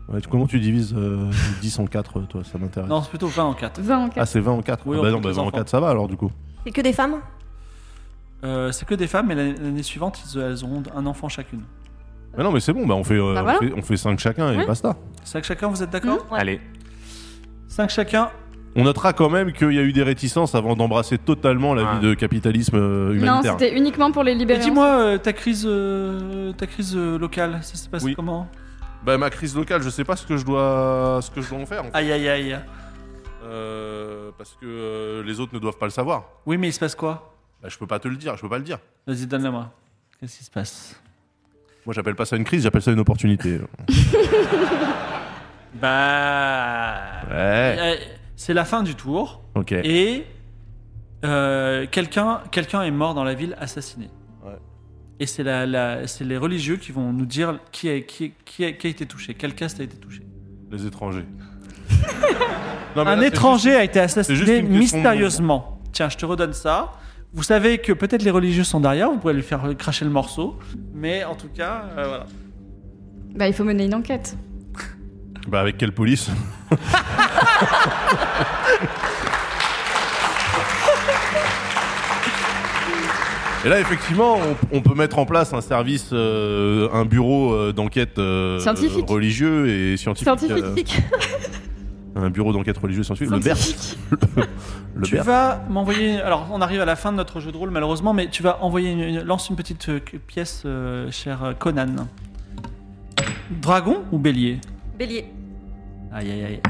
S3: Ouais, tu- comment tu divises euh, 10 en 4, toi Ça m'intéresse.
S1: Non, c'est plutôt 20 en 4.
S4: 20 en
S3: Ah,
S4: quatre.
S3: c'est 20 en 4
S1: Oui, on
S3: Bah
S1: compte
S3: non, bah
S1: les
S3: 20 en
S1: enfants.
S3: 4, ça va alors, du coup.
S2: C'est que des femmes.
S1: Euh, c'est que des femmes, mais l'année- l'année suivante, ils- elles auront un enfant chacune.
S3: Mais non, mais c'est bon, bah on fait, euh,
S4: Bah
S3: on
S4: voilà.
S3: fait, 5 chacun et
S4: Ouais.
S3: basta.
S1: C'est que chacun, vous êtes d'accord
S2: Ouais.
S5: Allez,
S1: 5 chacun.
S3: On notera quand même qu'il y a eu des réticences avant d'embrasser totalement la
S5: Ouais.
S3: vie de capitalisme euh,
S4: Non,
S3: humanitaire.
S4: c'était uniquement pour les
S1: Et
S4: libérer.
S1: dis-moi, euh, ta crise, euh, ta crise euh, locale, ça s'est passé
S3: Oui.
S1: comment
S3: bah, ma crise locale, je sais pas ce que je dois, ce que je dois en faire. en fait.
S1: Aïe, aïe, aïe.
S3: Euh, parce que euh, les autres ne doivent pas le savoir.
S1: Oui, mais il se passe quoi
S3: Bah, je peux pas te le dire, je peux pas le dire.
S1: Vas-y, donne-la moi. Qu'est-ce qui se passe
S3: Moi, j'appelle pas ça une crise, j'appelle ça une opportunité.
S1: Bah.
S3: ouais.
S1: Euh, C'est la fin du tour.
S3: Ok.
S1: Et euh, quelqu'un quelqu'un est mort dans la ville, assassiné.
S3: Ouais.
S1: Et c'est la, la- c'est les religieux qui vont nous dire qui a, qui, a- qui a, qui a été touché, quel caste a été touché.
S3: Les étrangers. Non, mais là,
S1: Un
S3: c'est
S1: étranger a été
S3: c'est juste
S1: assassiné
S3: une question de
S1: mystérieusement. Tiens, je te redonne ça. Vous savez que peut-être les religieux sont derrière, vous pouvez lui faire cracher le morceau. Mais en tout cas, euh, voilà.
S4: Bah il faut mener une enquête.
S3: juste- Bah, avec quelle police Et là, effectivement, on, on peut mettre en place un service, euh, un bureau euh, d'enquête euh,
S4: Scientifique.
S3: religieux et scientifique. euh,
S4: Scientifique.
S3: un bureau d'enquête religieux scientifique. Le BERS.
S4: Scientifique.
S3: Le
S1: tu
S3: BERS.
S1: vas m'envoyer. Alors, on arrive à la fin de notre jeu de rôle, malheureusement, mais tu vas envoyer. Une, une- lance une petite euh, pièce, euh, cher euh, Conan. Dragon ou bélier
S2: Bélier.
S1: Aïe, aïe, aïe.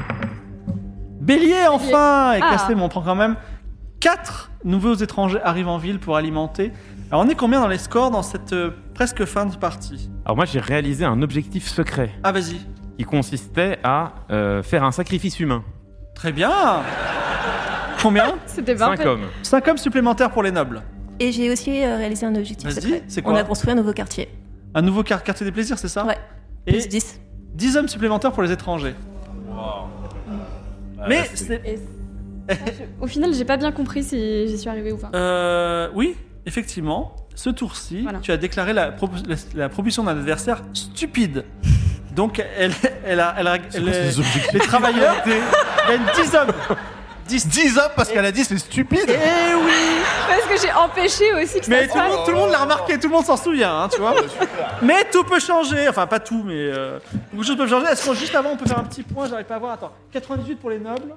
S1: Bélier, enfin Et
S4: Ah.
S1: cassé, mais on prend quand même 4 nouveaux étrangers arrivent en ville pour alimenter. Alors, on est combien dans les scores dans cette euh, presque fin de partie
S5: alors moi j'ai réalisé un objectif secret
S1: Ah, vas-y.
S5: qui consistait à euh, faire un sacrifice humain.
S1: Très bien Combien
S4: C'était 20
S5: Cinq hommes.
S1: 5 hommes supplémentaires pour les nobles.
S2: Et j'ai aussi euh, réalisé un objectif
S1: Vas-y,
S2: secret.
S1: c'est quoi
S2: On a construit un nouveau quartier.
S1: Un nouveau quar- quartier des plaisirs, c'est ça
S2: Ouais.
S1: Et
S2: Plus 10.
S1: 10 hommes supplémentaires pour les étrangers.
S3: Ah, là,
S1: Mais
S3: c'est-
S1: c'est.
S4: Au final, j'ai pas bien compris si j'y suis arrivée ou pas.
S1: Euh, oui, effectivement, ce tour-ci,
S4: Voilà.
S1: tu as déclaré la, propo- la, la proposition d'un adversaire stupide. Donc, elle, elle a. Elle a-
S3: c'est
S1: elle
S3: quoi
S1: est-
S3: ces objectifs
S1: les travailleurs. Il y a 10 hommes. 10.
S3: 10 hommes parce qu'elle a dit c'est stupide
S1: Eh oui
S4: Parce que j'ai empêché aussi que
S1: Mais
S4: ça
S1: tout le,
S4: se
S1: monde, tout le monde l'a remarqué, tout le monde s'en souvient, hein, tu vois. mais tout peut changer, enfin pas tout, mais euh, beaucoup de choses peuvent changer. Est-ce qu'on juste avant on peut faire un petit point J'arrive pas à voir. Attends, 98 pour les nobles,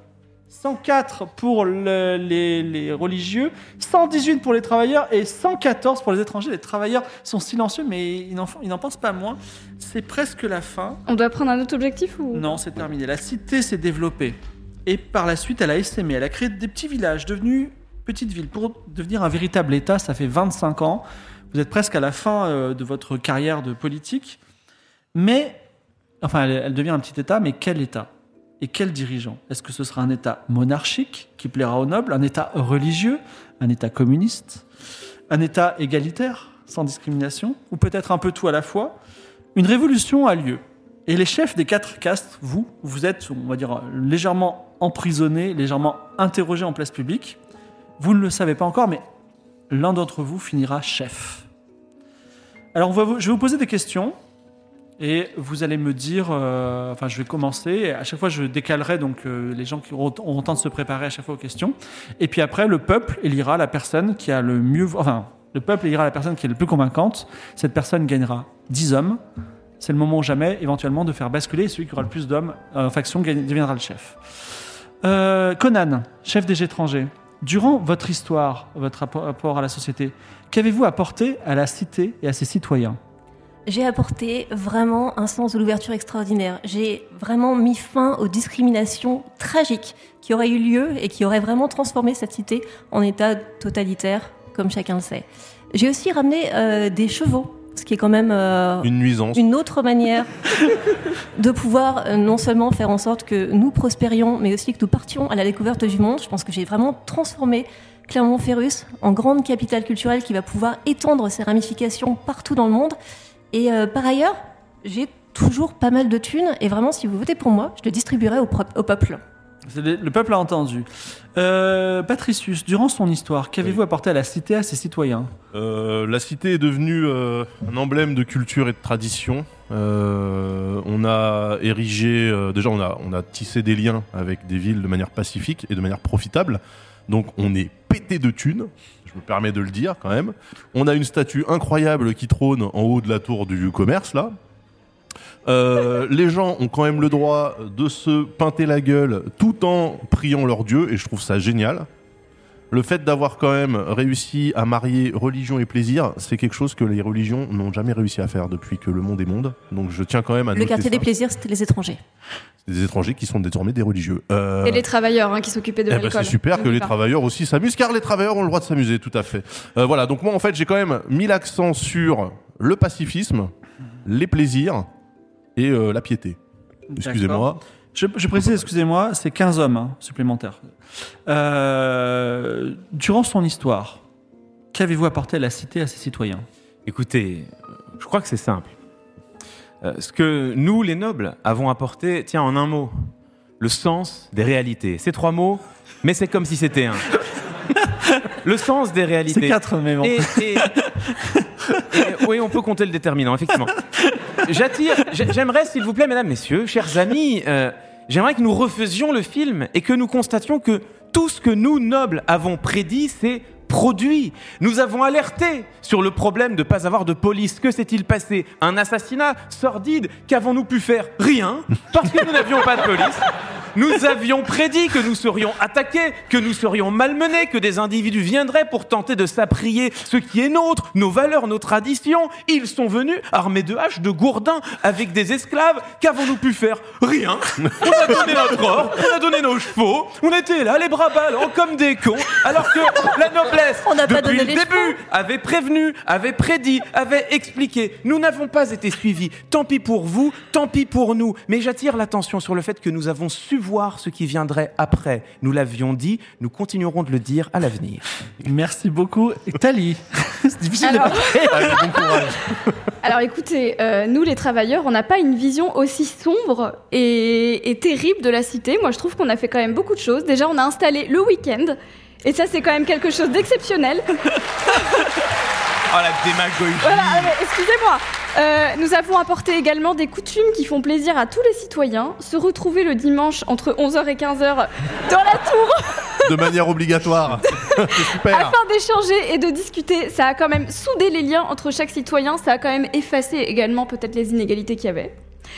S1: 104 pour le- les, les religieux, 118 pour les travailleurs et 114 pour les étrangers. Les travailleurs sont silencieux, mais ils n'en font- ils n'en pensent pas moins. C'est presque la fin.
S4: On doit prendre un autre objectif ou
S1: Non, c'est terminé. La cité s'est développée. Et par la suite, elle a essaimé. Elle a créé des petits villages devenus petites villes. Pour devenir un véritable État, ça fait 25 ans. Vous êtes presque à la fin euh, de votre carrière de politique. Mais, enfin, elle, elle devient un petit État, mais quel État Et quel dirigeant Est-ce que ce sera un État monarchique qui plaira aux nobles Un État religieux Un État communiste Un État égalitaire, sans discrimination Ou peut-être un peu tout à la fois Une révolution a lieu. Et les chefs des quatre castes, vous, vous êtes, on va dire, légèrement emprisonnés, légèrement interrogés en place publique. Vous ne le savez pas encore, mais l'un d'entre vous finira chef. Alors, on va vous- je vais vous poser des questions et vous allez me dire. euh, enfin, je vais commencer. et À chaque fois, je décalerai donc euh, les gens qui auront auront le temps de se préparer à chaque fois aux questions. Et puis après, le peuple élira la personne qui a le mieux. Enfin, le peuple élira la personne qui est le plus convaincante. Cette personne gagnera 10 hommes. C'est le moment ou jamais, éventuellement, de faire basculer. Celui qui aura le plus d'hommes euh, en faction gagne- deviendra le chef. Euh, Conan, chef des étrangers, durant votre histoire, votre appo- rapport à la société, qu'avez-vous apporté à la cité et à ses citoyens
S2: J'ai apporté vraiment un sens de l'ouverture extraordinaire. J'ai vraiment mis fin aux discriminations tragiques qui auraient eu lieu et qui auraient vraiment transformé cette cité en état totalitaire, comme chacun le sait. J'ai aussi ramené euh, des chevaux, ce qui est quand même euh,
S3: Une nuisance.
S2: une autre manière de pouvoir euh, non seulement faire en sorte que nous prospérions, mais aussi que nous partions à la découverte du monde. Je pense que j'ai vraiment transformé Clermont-Ferrus en grande capitale culturelle qui va pouvoir étendre ses ramifications partout dans le monde. Et euh, par ailleurs, j'ai toujours pas mal de thunes et vraiment, si vous votez pour moi, je le distribuerai au, prop- au peuple.
S1: C'est Le le peuple a entendu. Euh, Patricius, durant son histoire, qu'avez-vous apporté à la cité et à ses citoyens
S3: Euh, la cité est devenue euh, un emblème de culture et de tradition. Euh, on a érigé, euh, déjà on a, on a tissé des liens avec des villes de manière pacifique et de manière profitable. Donc on est pété de thunes, je me permets de le dire quand même. On a une statue incroyable qui trône en haut de la tour du commerce là. Euh, les gens ont quand même le droit de se pinter la gueule tout en priant leur dieu et je trouve ça génial. Le fait d'avoir quand même réussi à marier religion et plaisir, c'est quelque chose que les religions n'ont jamais réussi à faire depuis que le monde est monde. Donc je tiens quand même à
S2: Le
S3: noter
S2: quartier
S3: ça.
S2: des plaisirs, c'était les étrangers.
S3: des étrangers qui sont désormais des religieux. Euh,
S4: Et les travailleurs hein, qui s'occupaient de
S3: eh ben,
S4: l'alcool.
S3: c'est super que
S4: N'oublie
S3: les
S4: pas.
S3: travailleurs aussi s'amusent, car les travailleurs ont le droit de s'amuser, tout à fait. Euh, voilà, donc moi en fait j'ai quand même mis l'accent sur le pacifisme, les plaisirs et euh, la piété. Excusez-moi.
S1: Je, je précise, excusez-moi, c'est 15 hommes hein, supplémentaires. Euh, durant son histoire, qu'avez-vous apporté à la cité et à ses citoyens
S5: Écoutez, euh, je crois que c'est simple. Euh, ce que nous, les nobles, avons apporté, tiens, en un mot, le sens des réalités. Ces trois mots, mais c'est comme si c'était un. le sens des réalités.
S1: C'est 4, mais bon.
S5: Et, et- et- oui, on peut compter le déterminant, effectivement. J'attire, j'a- j'aimerais, s'il vous plaît, mesdames, messieurs, chers amis, euh, j'aimerais que nous refaisions le film et que nous constations que tout ce que nous, nobles, avons prédit, c'est produit. Nous avons alerté sur le problème de ne pas avoir de police. Que s'est-il passé Un assassinat sordide Qu'avons-nous pu faire Rien, parce que nous n'avions pas de police. Nous avions prédit que nous serions attaqués, que nous serions malmenés, que des individus viendraient pour tenter de s'apprier ce qui est nôtre, nos valeurs, nos traditions. Ils sont venus armés de haches, de gourdins, avec des esclaves. Qu'avons-nous pu faire Rien. On a donné notre or, on a donné nos chevaux, on était là, les bras ballants, comme des cons, alors que la noblesse,
S2: On n'a pas
S5: depuis
S2: donné
S5: le
S2: les
S5: début,
S2: chevaux.
S5: avait prévenu, avait prédit, avait expliqué. Nous n'avons pas été suivis. Tant pis pour vous, tant pis pour nous. Mais j'attire l'attention sur le fait que nous avons su voir ce qui viendrait après. Nous l'avions dit, nous continuerons de le dire à l'avenir.
S1: Merci beaucoup. Et Tali, c'est difficile de
S4: Alors,
S3: Allez, bon courage.
S4: Alors écoutez, euh, nous les travailleurs, on n'a pas une vision aussi sombre et, et terrible de la cité. Moi je trouve qu'on a fait quand même beaucoup de choses. Déjà on a installé le week-end et ça c'est quand même quelque chose d'exceptionnel.
S5: Oh la démagogie
S4: Voilà, ah, mais excusez-moi. Euh, nous avons apporté également des coutumes qui font plaisir à tous les citoyens. Se retrouver le dimanche entre 11h et 15h dans la tour
S3: de manière obligatoire. C'est super.
S4: afin d'échanger et de discuter, ça a quand même soudé les liens entre chaque citoyen, ça a quand même effacé également peut-être les inégalités qu'il y avait.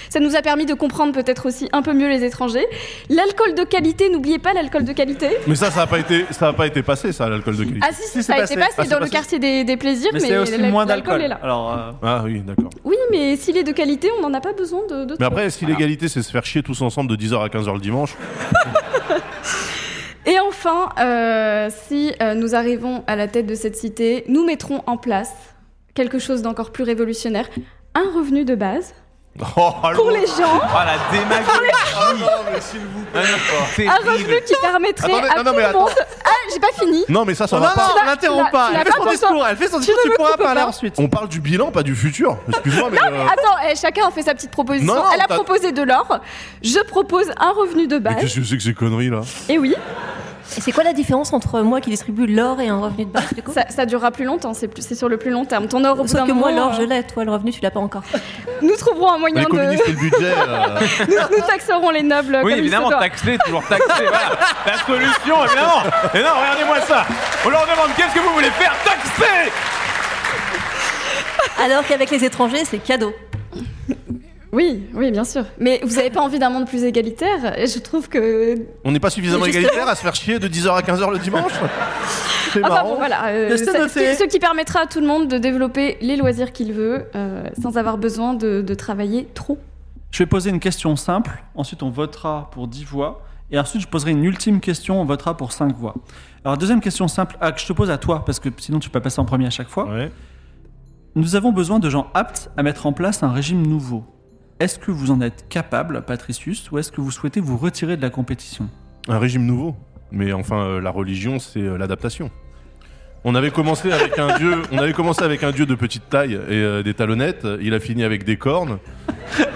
S4: Ça nous a permis de comprendre peut-être aussi un peu mieux les étrangers. L'alcool de qualité, n'oubliez pas l'alcool de qualité.
S3: Mais ça, ça n'a pas été, ça a pas été passé, ça, l'alcool de qualité.
S4: Ah si, si,
S1: Si,
S4: ça a
S1: c'est
S4: été
S1: passé.
S4: passé
S3: Ah, c'est
S4: dans le
S3: passé.
S4: quartier des, des plaisirs,
S1: Mais c'est aussi
S4: l'al-
S1: moins d'alcool.
S4: est là.
S1: Alors, euh,
S3: Ah oui, d'accord.
S4: Oui, mais s'il est de qualité, on n'en a pas besoin de... de
S3: Mais
S4: trop.
S3: après, si l'égalité, c'est se faire chier tous ensemble de 10h à 15h le dimanche,
S4: Et enfin, euh, si euh, nous arrivons à la tête de cette cité, nous mettrons en place quelque chose d'encore plus révolutionnaire, un revenu de base
S3: Oh,
S4: pour les gens,
S5: Oh la démagogie Oh, Ah, non, c'est
S4: un
S5: terrible.
S4: revenu qui permettrait
S3: Attendez,
S4: à
S3: non, non,
S4: tout
S3: mais
S4: le monde... Ah, j'ai pas fini
S3: Non, mais ça, ça
S1: Non,
S3: va
S1: non,
S3: pas.
S1: non,
S4: Tu l'as-
S1: l'interromps
S4: tu l'as-
S1: pas.
S4: tu l'as
S1: Elle fait
S4: pas
S1: son
S4: pour
S1: discours, elle fait son discours,
S4: ne
S1: tu
S4: me
S1: pourras
S4: coupes
S1: parler
S4: pas.
S1: ensuite.
S3: On parle du bilan, pas du futur. Excuse-moi, mais. euh,
S4: Attends, eh, chacun a fait sa petite proposition.
S3: Non,
S4: Elle a
S3: t'as-
S4: proposé de l'or. Je propose un revenu de
S3: Mais
S4: base.
S3: qu'est-ce que c'est que ces conneries là
S4: Et oui,
S2: Et c'est quoi la différence entre moi qui distribue l'or et un revenu de base du coup
S4: ça, ça durera plus longtemps. C'est plus- c'est sur le plus long terme. Ton or, au bout
S2: Sauf
S4: d'un
S2: que moi,
S4: moment,
S2: l'or, je
S4: euh,
S2: l'ai, toi, le revenu, tu l'as pas encore.
S4: Nous trouverons un moyen
S3: Les
S4: de.
S3: communistes et le budget. euh,
S4: nous, nous taxerons les nobles.
S5: Oui,
S4: comme il se
S5: évidemment,
S4: doit.
S5: taxer, toujours taxer. voilà. La solution, évidemment. Et non, regardez-moi ça. On leur demande qu'est-ce que vous voulez faire Taxer
S2: Alors qu'avec les étrangers, c'est cadeau.
S4: Oui, oui, bien sûr. Mais vous n'avez pas envie d'un monde plus égalitaire Je trouve que.
S3: On n'est pas suffisamment
S4: Mais justement-
S3: égalitaire à se faire chier de 10h à 15h le dimanche C'est
S4: Enfin
S3: marrant.
S4: bon, voilà. euh,
S1: Mais c'est
S4: ça-
S1: noté.
S4: ce, qui, ce qui permettra à tout le monde de développer les loisirs qu'il veut euh, sans avoir besoin de, de travailler trop.
S1: Je vais poser une question simple, ensuite on votera pour 10 voix, et ensuite je poserai une ultime question, on votera pour 5 voix. Alors deuxième question simple, ah, que je te pose à toi, parce que sinon tu peux pas passer en premier à chaque fois.
S3: Ouais.
S1: Nous avons besoin de gens aptes à mettre en place un régime nouveau. Est-ce que vous en êtes capable, Patricius, ou est-ce que vous souhaitez vous retirer de la compétition
S3: Un régime nouveau. Mais enfin, euh, la religion, c'est euh, l'adaptation. On avait commencé avec un dieu, on avait commencé avec un dieu de petite taille et euh, des talonnettes. Il a fini avec des cornes.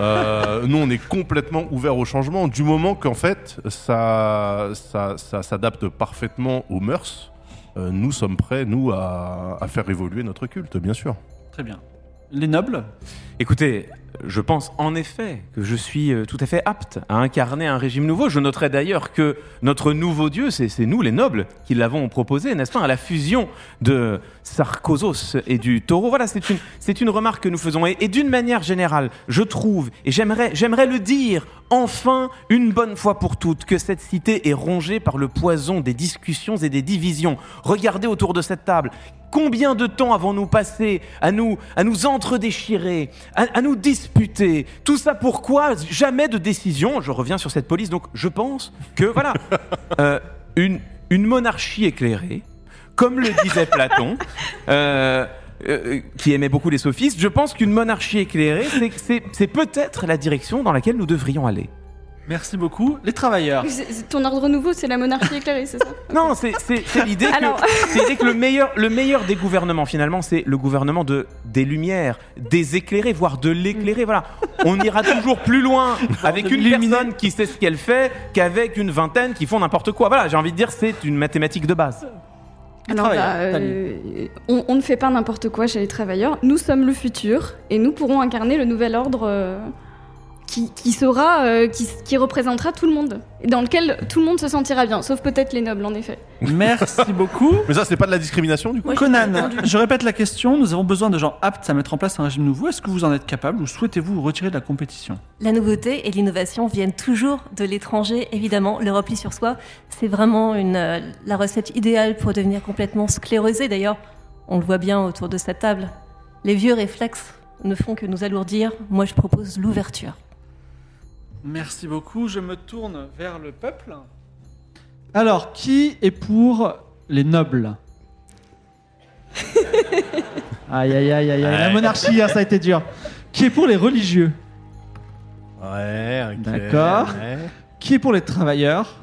S3: Euh, nous, on est complètement ouvert au changement du moment qu'en fait, ça, ça, ça s'adapte parfaitement aux mœurs. euh, nous sommes prêts, nous, à, à faire évoluer notre culte, bien sûr.
S1: Très bien. Les nobles
S5: Écoutez, je pense en effet que je suis euh, tout à fait apte à incarner un régime nouveau. Je noterai d'ailleurs que notre nouveau dieu, c'est c'est nous les nobles qui l'avons proposé, n'est-ce pas, à la fusion de Sarkozos et du taureau. Voilà, c'est une, c'est une remarque que nous faisons. Et, et d'une manière générale, je trouve, et j'aimerais j'aimerais le dire, enfin, une bonne fois pour toutes, que cette cité est rongée par le poison des discussions et des divisions. Regardez autour de cette table. Combien de temps avons-nous passé à nous, à nous entre-déchirer, à, à nous disputer Tout ça pourquoi Jamais de décision. Je reviens sur cette police. Donc je pense que, voilà, euh, une, une monarchie éclairée, comme le disait Platon, euh, euh, qui aimait beaucoup les sophistes, je pense qu'une monarchie éclairée, c'est- c'est- c'est peut-être la direction dans laquelle nous devrions aller.
S1: Merci beaucoup. Les travailleurs
S4: C'est- c'est- Ton ordre nouveau, c'est la monarchie éclairée, c'est ça
S5: Non, c'est c'est- c'est l'idée que,
S4: Alors-
S5: c'est l'idée que le, meilleur, le meilleur des gouvernements, finalement, c'est le gouvernement de, des lumières, des éclairés, voire de l'éclairé. Voilà. On ira toujours plus loin avec
S1: de
S5: une
S1: l'illuminé.
S5: personne qui sait ce qu'elle fait qu'avec une vingtaine qui font n'importe quoi. Voilà, j'ai envie de dire, c'est une mathématique de base.
S1: Les
S4: Alors,
S1: travailleurs,
S4: bah, euh, on, on ne fait pas n'importe quoi chez les travailleurs. Nous sommes le futur et nous pourrons incarner le nouvel ordre euh, qui, qui sera, euh, qui, qui représentera tout le monde, et dans lequel tout le monde se sentira bien, sauf peut-être les nobles en effet.
S1: Merci beaucoup.
S3: Mais ça, c'est pas de la discrimination, du coup.
S2: Moi, j'ai
S1: Conan,
S2: répondu.
S1: je répète la question, nous avons besoin de gens aptes à mettre en place un régime nouveau. Est-ce que vous en êtes capable ou souhaitez-vous vous retirer de la compétition
S2: La nouveauté et l'innovation viennent toujours de l'étranger, évidemment. Le repli sur soi, c'est vraiment une, euh, la recette idéale pour devenir complètement sclérosé. D'ailleurs, on le voit bien autour de cette table. Les vieux réflexes ne font que nous alourdir. Moi, je propose l'ouverture.
S1: Merci beaucoup, je me tourne vers le peuple. Alors, qui est pour les nobles Aïe, aïe, aïe, aïe, aïe, la
S3: Aïe.
S1: monarchie, hein, ça a été dur. Qui est pour les religieux
S3: Ouais, ok,
S1: D'accord.
S3: ouais.
S1: Qui est pour les travailleurs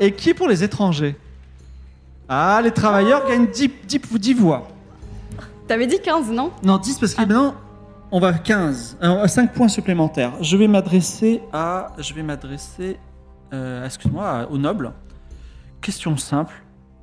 S1: Et qui est pour les étrangers Ah, les travailleurs gagnent 10, 10, 10 voix.
S4: T'avais dit 15, non
S1: Non, 10 parce
S4: Ah.
S1: que maintenant, on va à 15. Alors, à 5 points supplémentaires. Je vais m'adresser à. Je vais m'adresser. euh, Excuse-moi, à- aux nobles. Question simple.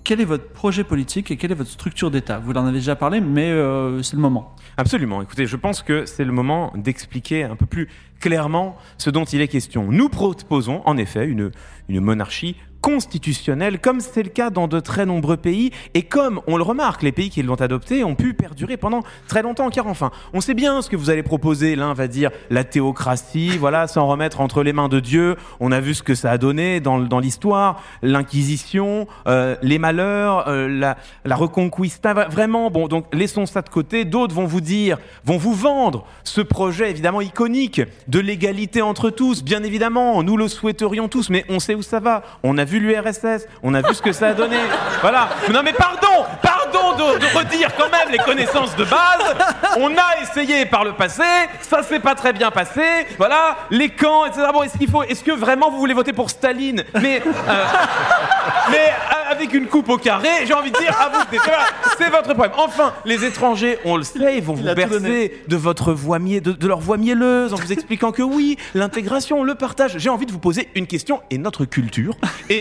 S1: quel est votre projet politique et quelle est votre structure d'État Vous en avez déjà parlé, mais euh, c'est le moment.
S5: Absolument. Écoutez, je pense que c'est le moment d'expliquer un peu plus clairement ce dont il est question. Nous proposons en effet une, une monarchie constitutionnelle, comme c'est le cas dans de très nombreux pays, et comme on le remarque, les pays qui l'ont adoptée ont pu perdurer pendant très longtemps, car enfin, on sait bien ce que vous allez proposer, l'un va dire la théocratie, voilà, s'en remettre entre les mains de Dieu, on a vu ce que ça a donné dans, dans l'histoire, l'inquisition, euh, les malheurs, euh, la, la reconquista, va- vraiment, bon, donc laissons ça de côté, d'autres vont vous dire, vont vous vendre ce projet évidemment iconique de l'égalité entre tous, bien évidemment, nous le souhaiterions tous, mais on sait où ça va, on a vu l'URSS, on a vu ce que ça a donné, voilà. Non mais pardon, pardon de, de redire quand même les connaissances de base, on a essayé par le passé, ça s'est pas très bien passé, voilà, les camps, etc. Bon, est-ce qu'il faut, est-ce que vraiment vous voulez voter pour Staline Mais... euh, mais a- avec une coupe au carré, j'ai envie de dire, à vous, c'est- voilà, c'est votre problème. Enfin, les étrangers, on le sait, ils vont
S1: a
S5: vous
S1: tout donné.
S5: bercer de votre voix mie- de, de leur voix mielleuse en vous expliquant que oui, l'intégration, le partage. J'ai envie de vous poser une question et notre culture et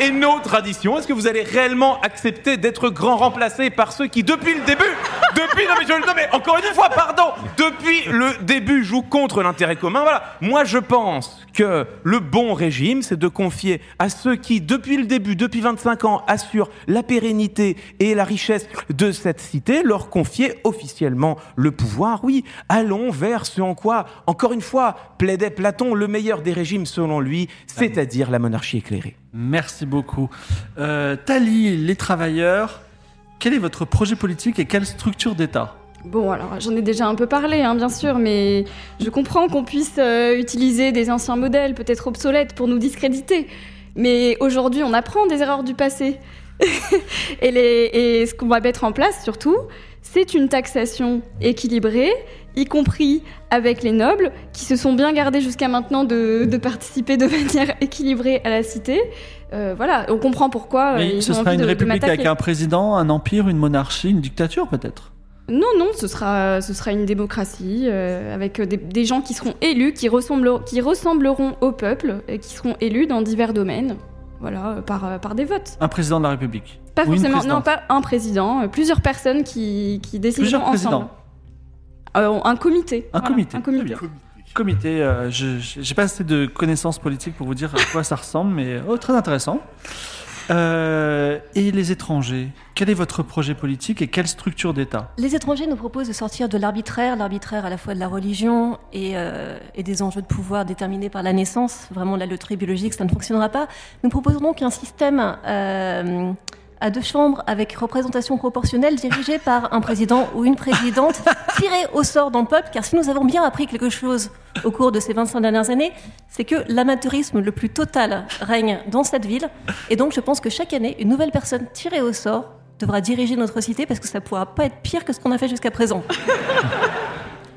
S5: et nos traditions. Est-ce que vous allez réellement accepter d'être grand remplacé par ceux qui, depuis le début, depuis, non mais, je, non mais encore une fois, pardon, depuis le début jouent contre l'intérêt commun Voilà. Moi, je pense que le bon régime, c'est de confier à ceux qui, depuis le début, depuis 25 ans, assurent la pérennité et la richesse de cette cité, leur confier officiellement le pouvoir. Oui, allons vers ce en quoi, encore une fois, plaidait Platon, le meilleur des régimes selon lui, c'est-à-dire la monarchie éclairée.
S1: Merci beaucoup. Euh, Tali, les travailleurs, quel est votre projet politique et quelle structure d'État
S4: Bon, alors j'en ai déjà un peu parlé, hein, bien sûr, mais je comprends qu'on puisse euh, utiliser des anciens modèles, peut-être obsolètes, pour nous discréditer. Mais aujourd'hui, on apprend des erreurs du passé. et, les- et ce qu'on va mettre en place, surtout, c'est une taxation équilibrée, y compris avec les nobles, qui se sont bien gardés jusqu'à maintenant de, de participer de manière équilibrée à la cité. Euh, voilà, on comprend pourquoi. euh,
S1: Mais
S4: ils
S1: Ce
S4: ont
S1: sera
S4: envie
S1: une
S4: de- de
S1: république avec
S4: m'attaquer.
S1: un président, un empire, une monarchie, une dictature peut-être
S4: Non, non, ce sera, ce sera une démocratie euh, avec des, des gens qui seront élus, qui, ressembleront- qui ressembleront au peuple et qui seront élus dans divers domaines. Voilà, euh, par, euh, par des votes.
S1: Un président de la République
S4: Pas
S1: Ou une
S4: forcément, non,
S1: présidente.
S4: pas un président, euh, plusieurs personnes qui, qui décideront
S1: Plusieurs
S4: ensemble.
S1: présidents.
S4: Euh, un comité.
S1: Un
S4: voilà,
S1: comité.
S4: Un
S1: Très
S4: comité.
S1: bien. Comité, euh, je- je- j'ai pas assez de connaissances politiques pour vous dire à quoi ça ressemble, mais oh, très intéressant. Euh, et les étrangers, quel est votre projet politique et quelle structure d'État
S2: Les étrangers nous proposent de sortir de l'arbitraire, l'arbitraire à la fois de la religion et, euh, et des enjeux de pouvoir déterminés par la naissance. Vraiment, la loterie biologique, ça ne fonctionnera pas. Nous proposons donc un système euh, à deux chambres avec représentation proportionnelle dirigée par un président ou une présidente tirée au sort dans le peuple. Car si nous avons bien appris quelque chose au cours de ces 25 dernières années, c'est que l'amateurisme le plus total règne dans cette ville. Et donc, je pense que chaque année, une nouvelle personne tirée au sort devra diriger notre cité parce que ça pourra pas être pire que ce qu'on a fait jusqu'à présent.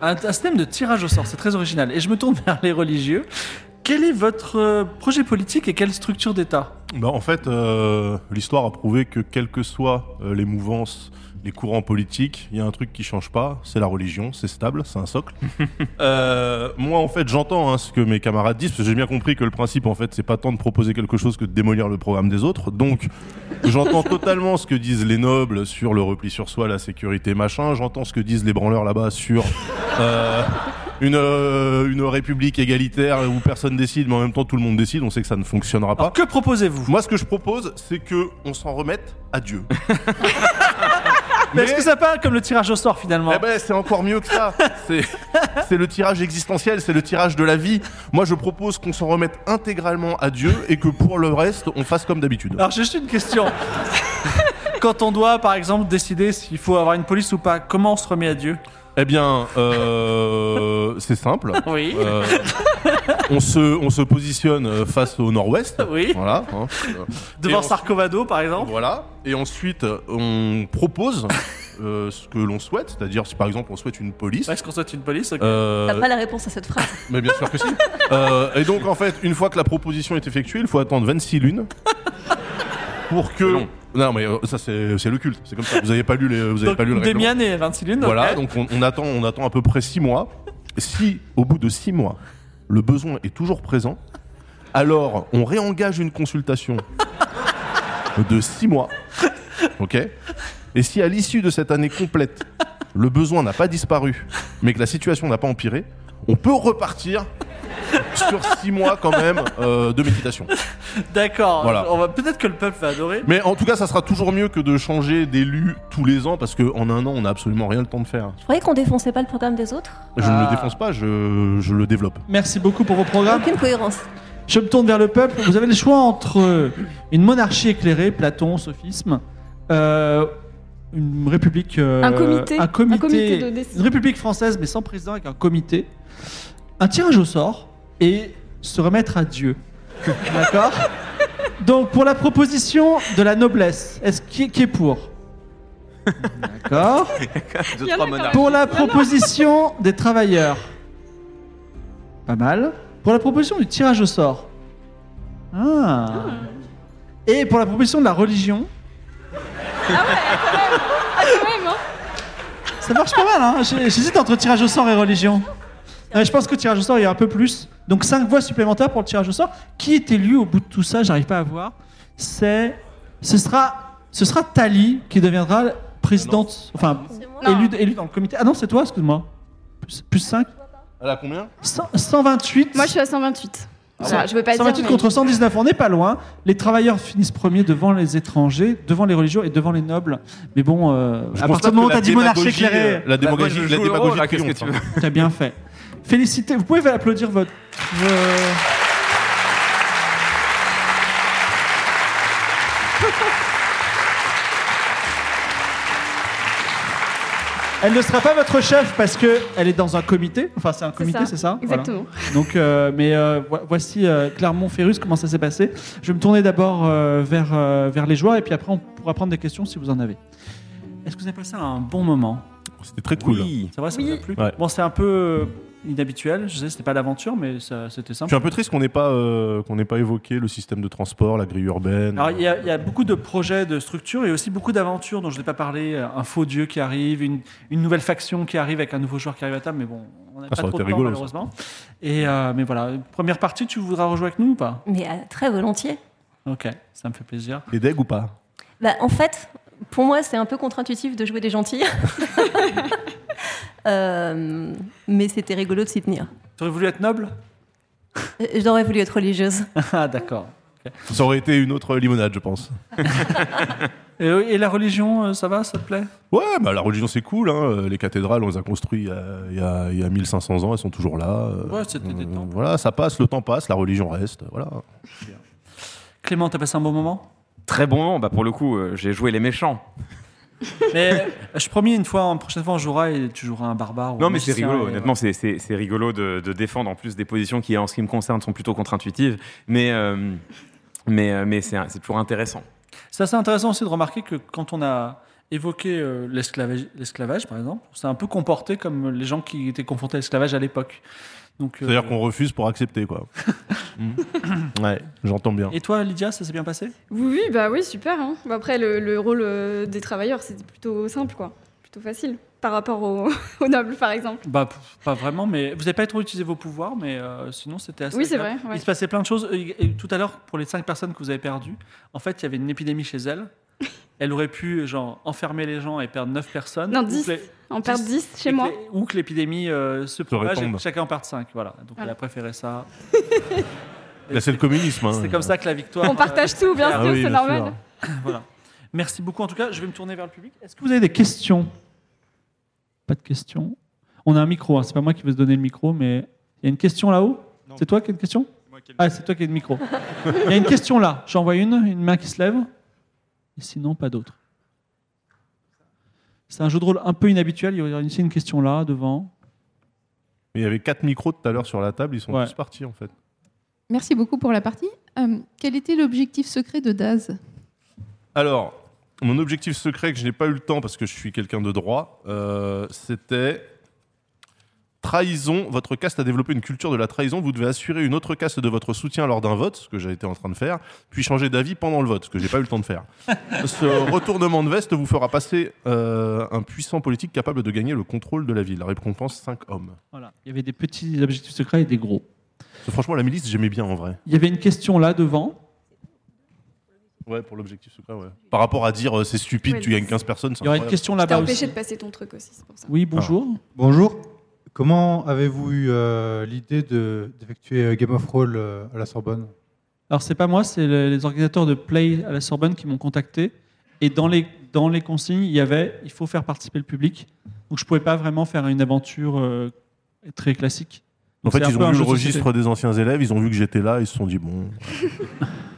S1: un, un système de tirage au sort, c'est très original. Et je me tourne vers les religieux. Quel est votre euh, projet politique et quelle structure d'État
S3: Bah, en fait, euh, l'histoire a prouvé que quelles que soient euh, les mouvances, les courants politiques, il y a un truc qui change pas, c'est la religion, c'est stable, c'est un socle. Euh, moi, en fait, j'entends hein, ce que mes camarades disent, parce que j'ai bien compris que le principe, en fait, c'est pas tant de proposer quelque chose que de démolir le programme des autres. Donc, j'entends totalement ce que disent les nobles sur le repli sur soi, la sécurité, machin. J'entends ce que disent les branleurs là-bas sur... euh, une, euh, une république égalitaire où personne décide, mais en même temps tout le monde décide, on sait que ça ne fonctionnera pas.
S1: Alors, que proposez-vous
S3: Moi, ce que je propose, c'est que on s'en remette à Dieu.
S1: Mais Est-ce que ça parle comme le tirage au sort finalement
S3: Eh ben, c'est encore mieux que ça. C'est- C'est le tirage existentiel, c'est le tirage de la vie. Moi, je propose qu'on s'en remette intégralement à Dieu et que pour le reste, on fasse comme d'habitude.
S1: Alors, j'ai juste une question. Quand on doit, par exemple, décider s'il faut avoir une police ou pas, comment on se remet à Dieu
S3: Eh bien, euh, c'est simple.
S1: Oui.
S3: Euh, on, se, on se positionne euh, face au nord-ouest.
S1: Oui.
S3: Voilà. hein.
S1: Devant
S3: Et on-
S1: Sarkovado, par exemple
S3: Voilà. Et ensuite, on propose euh, ce que l'on souhaite, c'est-à-dire si par exemple on souhaite une police.
S1: Est-ce qu'on souhaite une police ok.
S3: euh,
S2: T'as pas la réponse à cette phrase.
S3: Mais bien sûr que si. Euh, et donc, en fait, une fois que la proposition est effectuée, il faut attendre 26 lunes pour que.
S5: long.
S3: Non, mais euh, ça, c'est c'est le culte. C'est comme ça. Vous n'avez pas lu, les, vous avez
S1: Donc,
S3: pas lu le règlement.
S1: Demian et 26 lunes.
S3: Voilà,
S1: ok.
S3: donc on, on attend, on attend à peu près 6 mois. Si, au bout de 6 mois, le besoin est toujours présent, alors on réengage une consultation de 6 mois. Ok Et si à l'issue de cette année complète, le besoin n'a pas disparu, mais que la situation n'a pas empiré, on peut repartir sur 6 mois quand même euh, de méditation.
S1: D'accord.
S3: Voilà.
S1: On va peut-être que le peuple va adorer.
S3: Mais en tout cas, ça sera toujours mieux que de changer d'élu tous les ans parce qu'en un an, on n'a absolument rien le temps de faire.
S2: Je croyais qu'on défonçait pas le programme des autres.
S3: Je ne
S1: Ah.
S3: le défonce pas, je, je le développe.
S1: Merci beaucoup pour vos programmes.
S2: Aucune cohérence.
S1: Je me tourne vers le peuple. Vous avez le choix entre euh, une monarchie éclairée, Platon, sophisme, euh, une république, euh,
S4: Un comité.
S1: un comité,
S4: Un comité de décision.
S1: une république française mais sans président avec un comité, un tirage au sort et se remettre à Dieu. D'accord. Donc pour la proposition de la noblesse, est-ce qui, qui est pour D'accord.
S5: Deux,
S4: Il y en a
S5: trois
S4: quand
S5: monarques.
S1: Pour la proposition des travailleurs. Pas mal. Pour la proposition du tirage au sort. Ah. Et pour la proposition de la religion.
S4: Quand même, hein.
S1: Ça marche pas mal, hein J'ai- J'hésite entre tirage au sort et religion. Ouais, je pense que tirage au sort, il y a un peu plus. Donc 5 voix supplémentaires pour le tirage au sort. Qui est élu au bout de tout ça J'arrive pas à voir. C'est. Ce sera, ce sera Tali qui deviendra présidente. Enfin,
S4: Non.
S1: élue, élue dans le comité. Ah non, c'est toi, excuse-moi. Plus, plus 5.
S3: Elle a combien
S1: 128.
S4: Moi, je suis à
S1: Ah
S4: 128. Voilà, je veux pas
S1: 128
S4: dire. mais-
S1: contre 119, on n'est pas loin. Les travailleurs finissent premiers devant les étrangers, devant les religieux et devant les nobles. Mais bon, euh,
S3: Je
S1: à
S3: constate
S1: partir
S3: que
S1: du moment où
S3: la
S1: t'as dit monarchie
S3: démagogie, euh,
S1: éclairée,
S3: La
S5: Bah, moi,
S3: démagogie,
S5: je
S3: la
S5: joue le
S3: démagogie
S5: rôle,
S1: ah,
S5: là, qu'est-ce que
S3: triomphe,
S5: tu
S3: hein.
S5: veux
S1: t'as bien fait. Félicitez, vous pouvez applaudir votre. euh, Elle ne sera pas votre chef parce que elle est dans un comité. Enfin, c'est un comité, c'est ça Voilà.
S4: Exactement.
S1: Donc, euh, mais euh, vo- voici euh, Clermont-Ferrus, comment ça s'est passé. Je vais me tourner d'abord euh, vers, euh, vers les joueurs et puis après on pourra prendre des questions si vous en avez. Est-ce que vous avez passé un bon moment
S3: hein. C'était très cool.
S5: Oui.
S1: C'est vrai, ça
S4: Oui.
S1: vous a plu
S3: Ouais.
S1: Bon, c'est un peu euh, inhabituel, je sais, c'était pas l'aventure, mais ça- c'était
S3: Je
S1: simple.
S3: suis un peu triste qu'on n'ait pas, euh, qu'on n'ait pas évoqué le système de transport, la grille urbaine.
S1: Alors, il y, a- il y a beaucoup de projets de structures et aussi beaucoup d'aventures dont je n'ai pas parlé. Euh, Un faux dieu qui arrive, une, une nouvelle faction qui arrive avec un nouveau joueur qui arrive à table, mais bon, on n'a
S3: Ah, ça
S1: pas
S3: aurait
S1: trop de
S3: été
S1: temps
S3: rigolo, ça.
S1: malheureusement. Et, euh, mais voilà, première partie, tu voudras rejouer avec nous ou pas
S2: Mais euh, très volontiers.
S1: Ok, ça me fait plaisir.
S3: Les deg ou pas
S2: Bah, en fait, pour moi, c'est un peu contre-intuitif de jouer des gentils. Euh, mais c'était rigolo de s'y tenir.
S1: Tu aurais voulu être noble
S2: Euh, J'aurais voulu être religieuse.
S1: Ah, d'accord.
S3: Ça aurait été une autre limonade, je pense.
S1: Et, et la religion, euh, ça va, ça te plaît
S3: Ouais, bah la religion c'est cool. Hein. Euh, Les cathédrales, on les a construites euh, il y a, il y a 1500 ans, elles sont toujours là. Euh,
S1: Ouais, c'était des
S3: euh,
S1: temples.
S3: Voilà, ça passe, le temps passe, la religion reste. Voilà.
S1: Clément, t'as passé un bon moment
S5: Très bon moment. Bah, pour le coup, euh, j'ai joué les méchants.
S1: Mais euh, je promis, une fois, une prochaine fois, on jouera et tu joueras un barbare. ou
S5: Non,
S1: un
S5: mais c'est
S1: magicien,
S5: rigolo,
S1: et- euh,
S5: honnêtement, c'est- c'est c'est rigolo de, de défendre en plus des positions qui, en ce qui me concerne, sont plutôt contre-intuitives, mais, euh, mais, euh, mais c'est c'est toujours intéressant.
S1: C'est assez intéressant aussi de remarquer que quand on a évoqué euh, l'esclavage, l'esclavage, par exemple, c'est un peu comporté comme les gens qui étaient confrontés à l'esclavage à l'époque. Donc, euh,
S3: C'est-à-dire qu'on refuse pour accepter, quoi. Mm. Ouais, j'entends bien.
S1: Et toi, Lydia, ça s'est bien passé
S4: Oui, oui, bah oui, super. hein. Bah après, le, le rôle euh, des travailleurs, c'était plutôt simple, quoi. Plutôt facile. Par rapport aux aux nobles, par exemple.
S1: Bah, p- pas vraiment, mais vous n'avez pas trop utilisé vos pouvoirs, mais euh, sinon c'était assez.
S4: Oui, c'est
S1: agréable.
S4: vrai, ouais.
S1: Il se passait plein de choses. Et- et tout à l'heure, pour les cinq personnes que vous avez perdues, en fait, il y avait une épidémie chez elle. Elle aurait pu genre enfermer les gens et perdre 9 personnes.
S4: Non,
S1: Ou que
S4: dix.
S1: les-
S4: En perdre 10 chez
S1: et que
S4: moi.
S1: les- Ou que l'épidémie euh, se propage et
S3: répande.
S1: que chacun en perde 5. Voilà. Donc elle
S4: Voilà.
S1: a préféré ça.
S3: Là, c'est le communisme. hein.
S1: C'est comme ça que la victoire. euh,
S4: On partage tout, bien
S3: Ah
S4: sûr,
S3: oui, bien
S4: c'est
S3: sûr.
S4: normal.
S1: Voilà. Merci beaucoup. En tout cas, je vais me tourner vers le public. Est-ce que vous avez des questions Pas de questions. On a un micro. hein. C'est pas moi qui vais se donner le micro, mais il y a une question là-haut.
S6: Non.
S1: C'est toi qui as une question
S6: Moi qui ai le-
S1: Ah, c'est toi qui as le micro. Il y a une question là. J'en vois une, une main qui se lève. Et sinon, pas d'autre. C'est un jeu de rôle un peu inhabituel. Il y a aussi une question là, devant.
S3: Il y avait quatre micros tout à l'heure sur la table, ils sont
S1: Ouais.
S3: tous partis, en fait.
S7: Merci beaucoup pour la partie. Euh, quel était l'objectif secret de Daz
S3: Alors, mon objectif secret que je n'ai pas eu le temps parce que je suis quelqu'un de droit, euh, c'était trahison. Votre caste a développé une culture de la trahison. Vous devez assurer une autre caste de votre soutien lors d'un vote, ce que j'ai été en train de faire, puis changer d'avis pendant le vote, ce que j'ai pas eu le temps de faire. Ce retournement de veste vous fera passer euh, un puissant politique capable de gagner le contrôle de la ville. La récompense 5 hommes.
S1: Voilà. Il y avait des petits objectifs secrets et des gros.
S3: Parce que Franchement, la milice, j'aimais bien en vrai.
S1: Il y avait une question là, devant.
S3: Ouais, pour l'objectif secret, ouais. Par rapport à dire euh, c'est stupide,
S8: Ouais,
S3: tu gagnes 15 personnes, c'est
S1: Il y aura une
S3: incroyable. Ah.
S1: question
S8: Je t'ai
S1: là-bas
S8: empêché
S1: aussi.
S8: de passer ton truc aussi, c'est pour ça.
S1: Oui, bonjour.
S5: Bonjour. Comment avez-vous eu euh, l'idée de- d'effectuer euh, Game of Roll euh, à la Sorbonne
S1: Alors, c'est pas moi, c'est le- les organisateurs de Play à la Sorbonne qui m'ont contacté. Et dans les, dans les consignes, il y avait il faut faire participer le public. Donc, je pouvais pas vraiment faire une aventure euh, très classique.
S3: En
S1: Donc,
S3: fait,
S1: c'est un
S3: ils
S1: peu
S3: ont
S1: un
S3: vu
S1: jeu
S3: le
S1: de société.
S3: registre des anciens élèves, ils ont vu que j'étais là, ils se sont dit bon,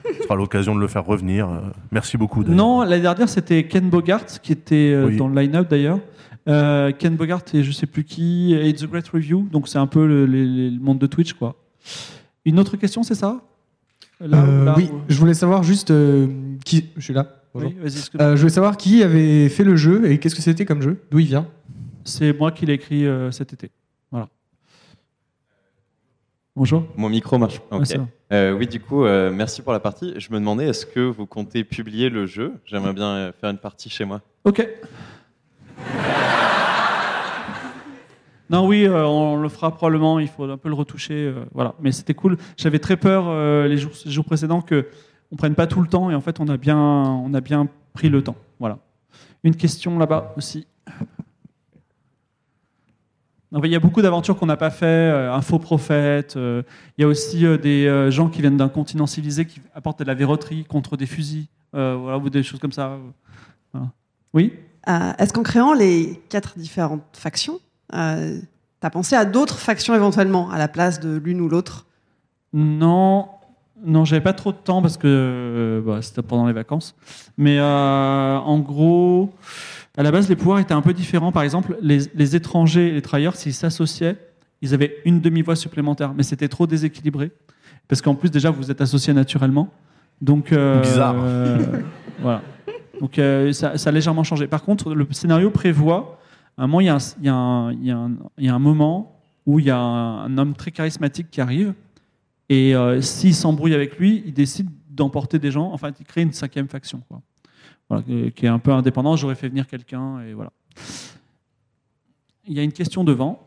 S3: ce sera l'occasion de le faire revenir. Euh, Merci beaucoup. Daniel.
S1: Non, l'année dernière, c'était Ken Bogart, qui était euh,
S3: Oui.
S1: dans le line-up d'ailleurs. Euh, Ken Bogart et je sais plus qui, et The Great Review. Donc, c'est un peu le, le- le monde de Twitch, quoi. Une autre question, c'est ça Là,
S9: Euh,
S1: là,
S9: oui,
S1: ou-
S9: je voulais savoir juste euh, qui. Je suis là. Bonjour.
S1: Oui, vas-y, excuse-moi.
S9: Euh, je voulais savoir qui avait fait le jeu et qu'est-ce que c'était comme jeu, d'où il vient.
S1: C'est moi qui l'ai écrit euh, cet été. Voilà. Bonjour.
S10: Mon micro marche.
S1: Ah,
S10: Ok.
S1: ça va.
S10: Euh, oui, du coup, euh, merci pour la partie. Je me demandais, est-ce que vous comptez publier le jeu J'aimerais bien euh, faire une partie chez moi.
S1: Ok. Non, oui, euh, on le fera probablement. Il faut un peu le retoucher, euh, voilà. Mais c'était cool. J'avais très peur euh, les jours, les jours précédents que on prenne pas tout le temps, et en fait, on a bien, on a bien pris le temps. Voilà. Une question là-bas aussi. Non, mais il y a beaucoup d'aventures qu'on n'a pas fait. euh, un faux prophète. euh, il y a aussi euh, des euh, gens qui viennent d'un continent civilisé qui apportent de la verroterie contre des fusils, euh, voilà, ou des choses comme ça. Voilà. Oui.
S11: Euh, Est-ce qu'en créant les quatre différentes factions, euh, t'as pensé à d'autres factions éventuellement à la place de l'une ou l'autre
S1: Non, non, j'avais pas trop de temps parce que euh, bah, c'était pendant les vacances. Mais euh, en gros, à la base, les pouvoirs étaient un peu différents. Par exemple, les, les étrangers et les travailleurs, s'ils s'associaient, ils avaient une demi-voix supplémentaire. Mais c'était trop déséquilibré. Parce qu'en plus, déjà, vous êtes associés naturellement. Donc, euh,
S3: Bizarre.
S1: euh, voilà. Donc, euh, ça, ça a légèrement changé. Par contre, le scénario prévoit. À un moment, il y a un, il y a un- il y a un- il y a un moment où il y a un- un homme très charismatique qui arrive et euh, s'il s'embrouille avec lui, il décide d'emporter des gens. Enfin, il crée une cinquième faction, quoi. Voilà, qui qui est un peu indépendante. J'aurais fait venir quelqu'un et voilà. Il y a une question devant.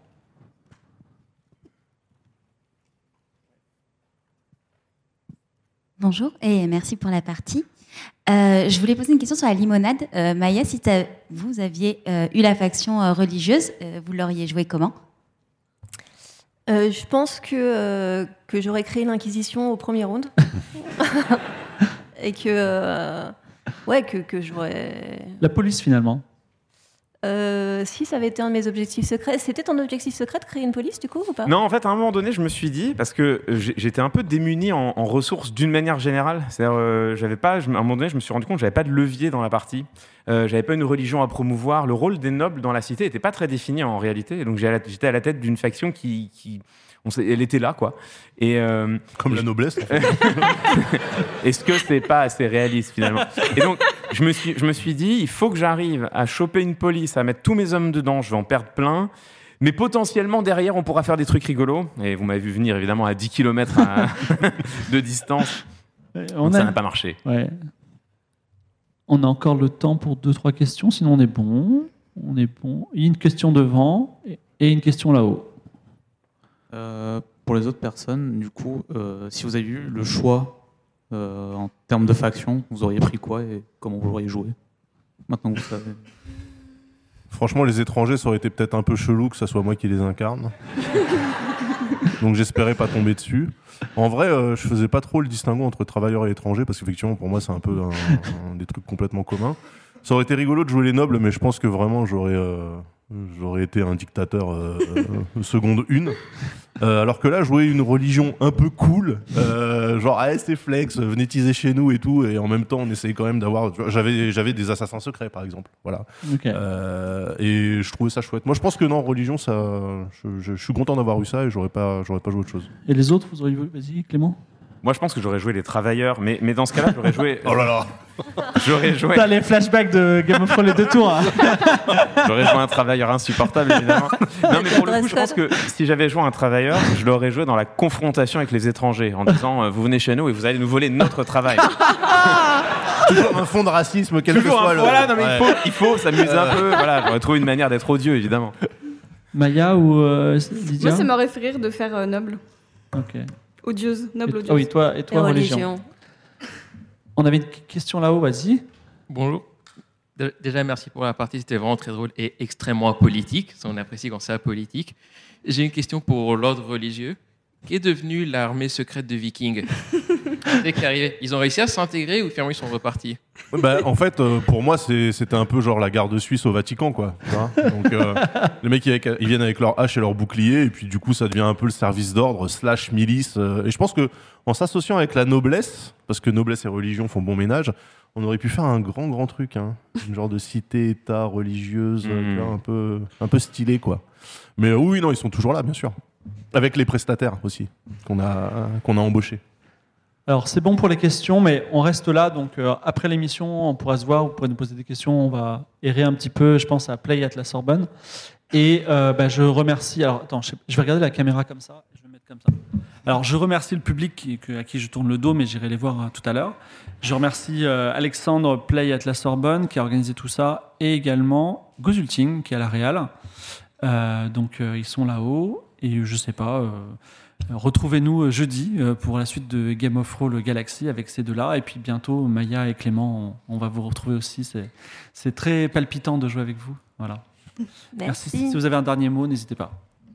S4: Bonjour et merci pour la partie. Euh, je voulais poser une question sur la limonade. Euh, Maya, si t'as- vous aviez euh, eu la faction euh, religieuse, euh, vous l'auriez jouée comment
S2: Euh, je pense que, euh, que j'aurais créé l'Inquisition au premier round. Et que. euh, ouais, que, que j'aurais.
S1: La police finalement.
S2: Euh, si ça avait été un de mes objectifs secrets, c'était ton objectif secret de créer une police du coup ou pas
S12: Non, en fait, à un moment donné, je me suis dit, parce que Euh, j'ai- j'étais un peu démuni en, en ressources d'une manière générale. C'est-à-dire, euh, j'avais pas, je- à un moment donné, je me suis rendu compte que j'avais pas de levier dans la partie. Euh, j'avais pas une religion à promouvoir. Le rôle des nobles dans la cité était pas très défini en réalité. Et Donc, j'ai à la- j'étais à la tête d'une faction qui. qui- on sait- elle était là, quoi. Et. euh,
S3: Comme la noblesse. en fait.
S12: Est-ce que c'est pas assez réaliste finalement Et donc, je me, suis, je me suis dit, il faut que j'arrive à choper une police, à mettre tous mes hommes dedans, je vais en perdre plein. Mais potentiellement, derrière, on pourra faire des trucs rigolos. Et vous m'avez vu venir évidemment à 10 km de distance.
S1: Euh,
S12: Donc,
S1: On
S12: ça
S1: a,
S12: n'a pas marché.
S1: ouais. on a encore le temps pour deux trois questions. Sinon, on est bon. On est bon. Il y a une question devant et- et une question là-haut.
S13: Euh, pour les autres personnes, du coup, euh, si vous avez eu le choix euh, en termes de faction, vous auriez pris quoi et comment vous l'auriez joué Maintenant que vous savez.
S3: Franchement, les étrangers, ça aurait été peut-être un peu chelou que ça soit moi qui les incarne. Donc j'espérais pas tomber dessus. En vrai, euh, je faisais pas trop le distinguo entre travailleurs et étrangers parce qu'effectivement, pour moi, c'est un peu un- un des trucs complètement communs. Ça aurait été rigolo de jouer les nobles, mais je pense que vraiment, j'aurais euh, j'aurais été un dictateur euh, euh, seconde une. Euh, alors que là, jouer une religion un peu cool, euh, genre ah, c'est flex, venez teaser chez nous et tout, et en même temps, on essayait quand même d'avoir. tu vois, J'avais j'avais des assassins secrets, par exemple. Voilà.
S1: Ok.
S3: Euh, et je trouvais ça chouette. Moi, je pense que non, religion, ça, je, je- je suis content d'avoir eu ça et j'aurais pas, j'aurais pas joué autre chose.
S1: Et les autres, vous auriez voulu Vas-y, Clément.
S12: Moi, je pense que j'aurais joué les travailleurs, mais, mais dans ce cas-là, j'aurais joué.
S3: Oh là là
S12: J'aurais joué.
S1: T'as les flashbacks de Game of Thrones les deux tours. hein.
S12: J'aurais joué un travailleur insupportable, évidemment. Non, mais pour le coup, je pense
S2: Adresse-toi.
S12: que si j'avais joué un travailleur, je l'aurais joué dans la confrontation avec les étrangers, en disant euh, Vous venez chez nous et vous allez nous voler notre travail.
S3: Toujours un fond de racisme, quel que
S12: Toujours un-
S3: soit le.
S12: Voilà, non, mais
S3: Ouais.
S12: il faut, il faut s'amuser
S1: Euh.
S12: un peu. Voilà, on va trouver une manière d'être odieux, évidemment.
S1: Maya ou euh,
S8: Moi,
S1: Lydia
S8: ça m'aurait fait rire de faire euh, noble.
S1: Ok.
S8: Odieuse, noble
S1: Et-
S8: odieuse.
S1: ah oui, toi et toi religion. On avait une question là-haut, vas-y.
S14: Bonjour. Dé- Déjà, merci pour la partie, c'était vraiment très drôle et extrêmement politique. On apprécie quand c'est politique. J'ai une question pour l'ordre religieux. Qu'est devenue l'armée secrète de Vikings Dès qu'ils arrivaient, ils ont réussi à s'intégrer ou finalement ils sont repartis
S3: Ouais, bah, en fait, euh, pour moi, c'est- c'était un peu genre la garde suisse au Vatican, quoi. tu vois. Donc, euh, les mecs, ils, ils viennent avec leur hache et leur bouclier, et puis du coup, ça devient un peu le service d'ordre slash milice. euh, et je pense que en s'associant avec la noblesse, parce que noblesse et religion font bon ménage, on aurait pu faire un grand, grand truc, hein. une genre de cité-état religieuse, euh, tu vois, un peu, un peu stylé, quoi. Mais euh, oui, non, ils sont toujours là, bien sûr, avec les prestataires aussi qu'on a, qu'on a embauchés.
S1: Alors c'est bon pour les questions, mais on reste là. Donc euh, après l'émission, on pourra se voir, vous pourrez nous poser des questions. On va errer un petit peu, je pense, à Play at la Sorbonne. Et euh, bah, je remercie. Alors attends, je, sais- je vais regarder la caméra comme ça. Je vais me mettre comme ça. Alors je remercie le public qui- que- à qui je tourne le dos, mais j'irai les voir euh, tout à l'heure. Je remercie euh, Alexandre Play at la Sorbonne qui a organisé tout ça, et également Gozulting qui est à la Real. Euh, donc euh, ils sont là-haut et je sais pas. euh, euh, Retrouvez-nous euh, jeudi euh, pour la suite de Game of Roll Galaxy avec ces deux-là. Et puis bientôt, Maya et Clément, on, on va vous retrouver aussi. C'est- C'est très palpitant de jouer avec vous. Voilà.
S2: Merci.
S1: Si vous avez un dernier mot, n'hésitez pas.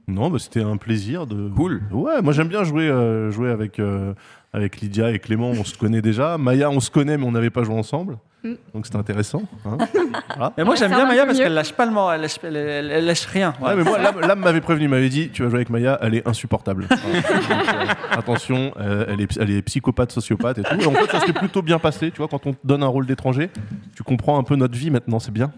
S3: Non, bah, c'était un plaisir de. Cool. Ouais, moi j'aime bien jouer, euh, jouer avec, euh, avec Lydia et Clément, on se connaît déjà. Maya, on se connaît, mais on n'avait pas joué ensemble.
S4: Mm.
S3: Donc c'était intéressant. hein. Voilà.
S1: Mais moi, j'aime
S4: Ça
S1: bien
S4: va
S1: bah, Maya
S4: mieux.
S1: parce qu'elle lâche pas le mort, elle lâche, elle- elle- elle lâche rien.
S3: Ouais, mais moi, l'âme l'âme m'avait prévenu, il m'avait dit Tu vas jouer avec Maya, elle est insupportable. Voilà. Donc, euh, attention, euh, elle, est, elle est psychopathe, sociopathe et tout. Et en fait, ça s'est plutôt bien passé. Tu vois, quand on te donne un rôle d'étranger, tu comprends un peu notre vie maintenant, c'est bien.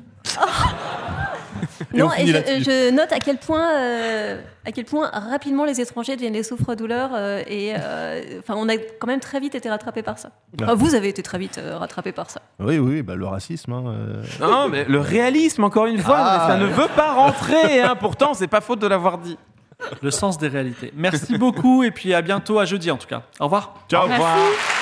S3: Et on
S2: Non, et
S3: finit
S2: je,
S3: là-dessus.
S2: je note à quel point, euh, à quel point rapidement les étrangers deviennent des souffres-douleurs euh, et euh, enfin on a quand même très vite été rattrapé par ça.
S3: Ouais.
S2: Enfin, vous avez été très vite rattrapé par ça.
S3: Oui, oui, bah, le racisme. hein, euh.
S5: Non, mais le réalisme, encore une fois,
S3: Ah.
S5: mais ça ne veut pas rentrer. hein. Pourtant, c'est pas faute de l'avoir dit.
S1: Le sens des réalités. Merci beaucoup et puis à bientôt, à jeudi en tout cas. Au revoir.
S3: Ciao.
S5: Au revoir. Merci.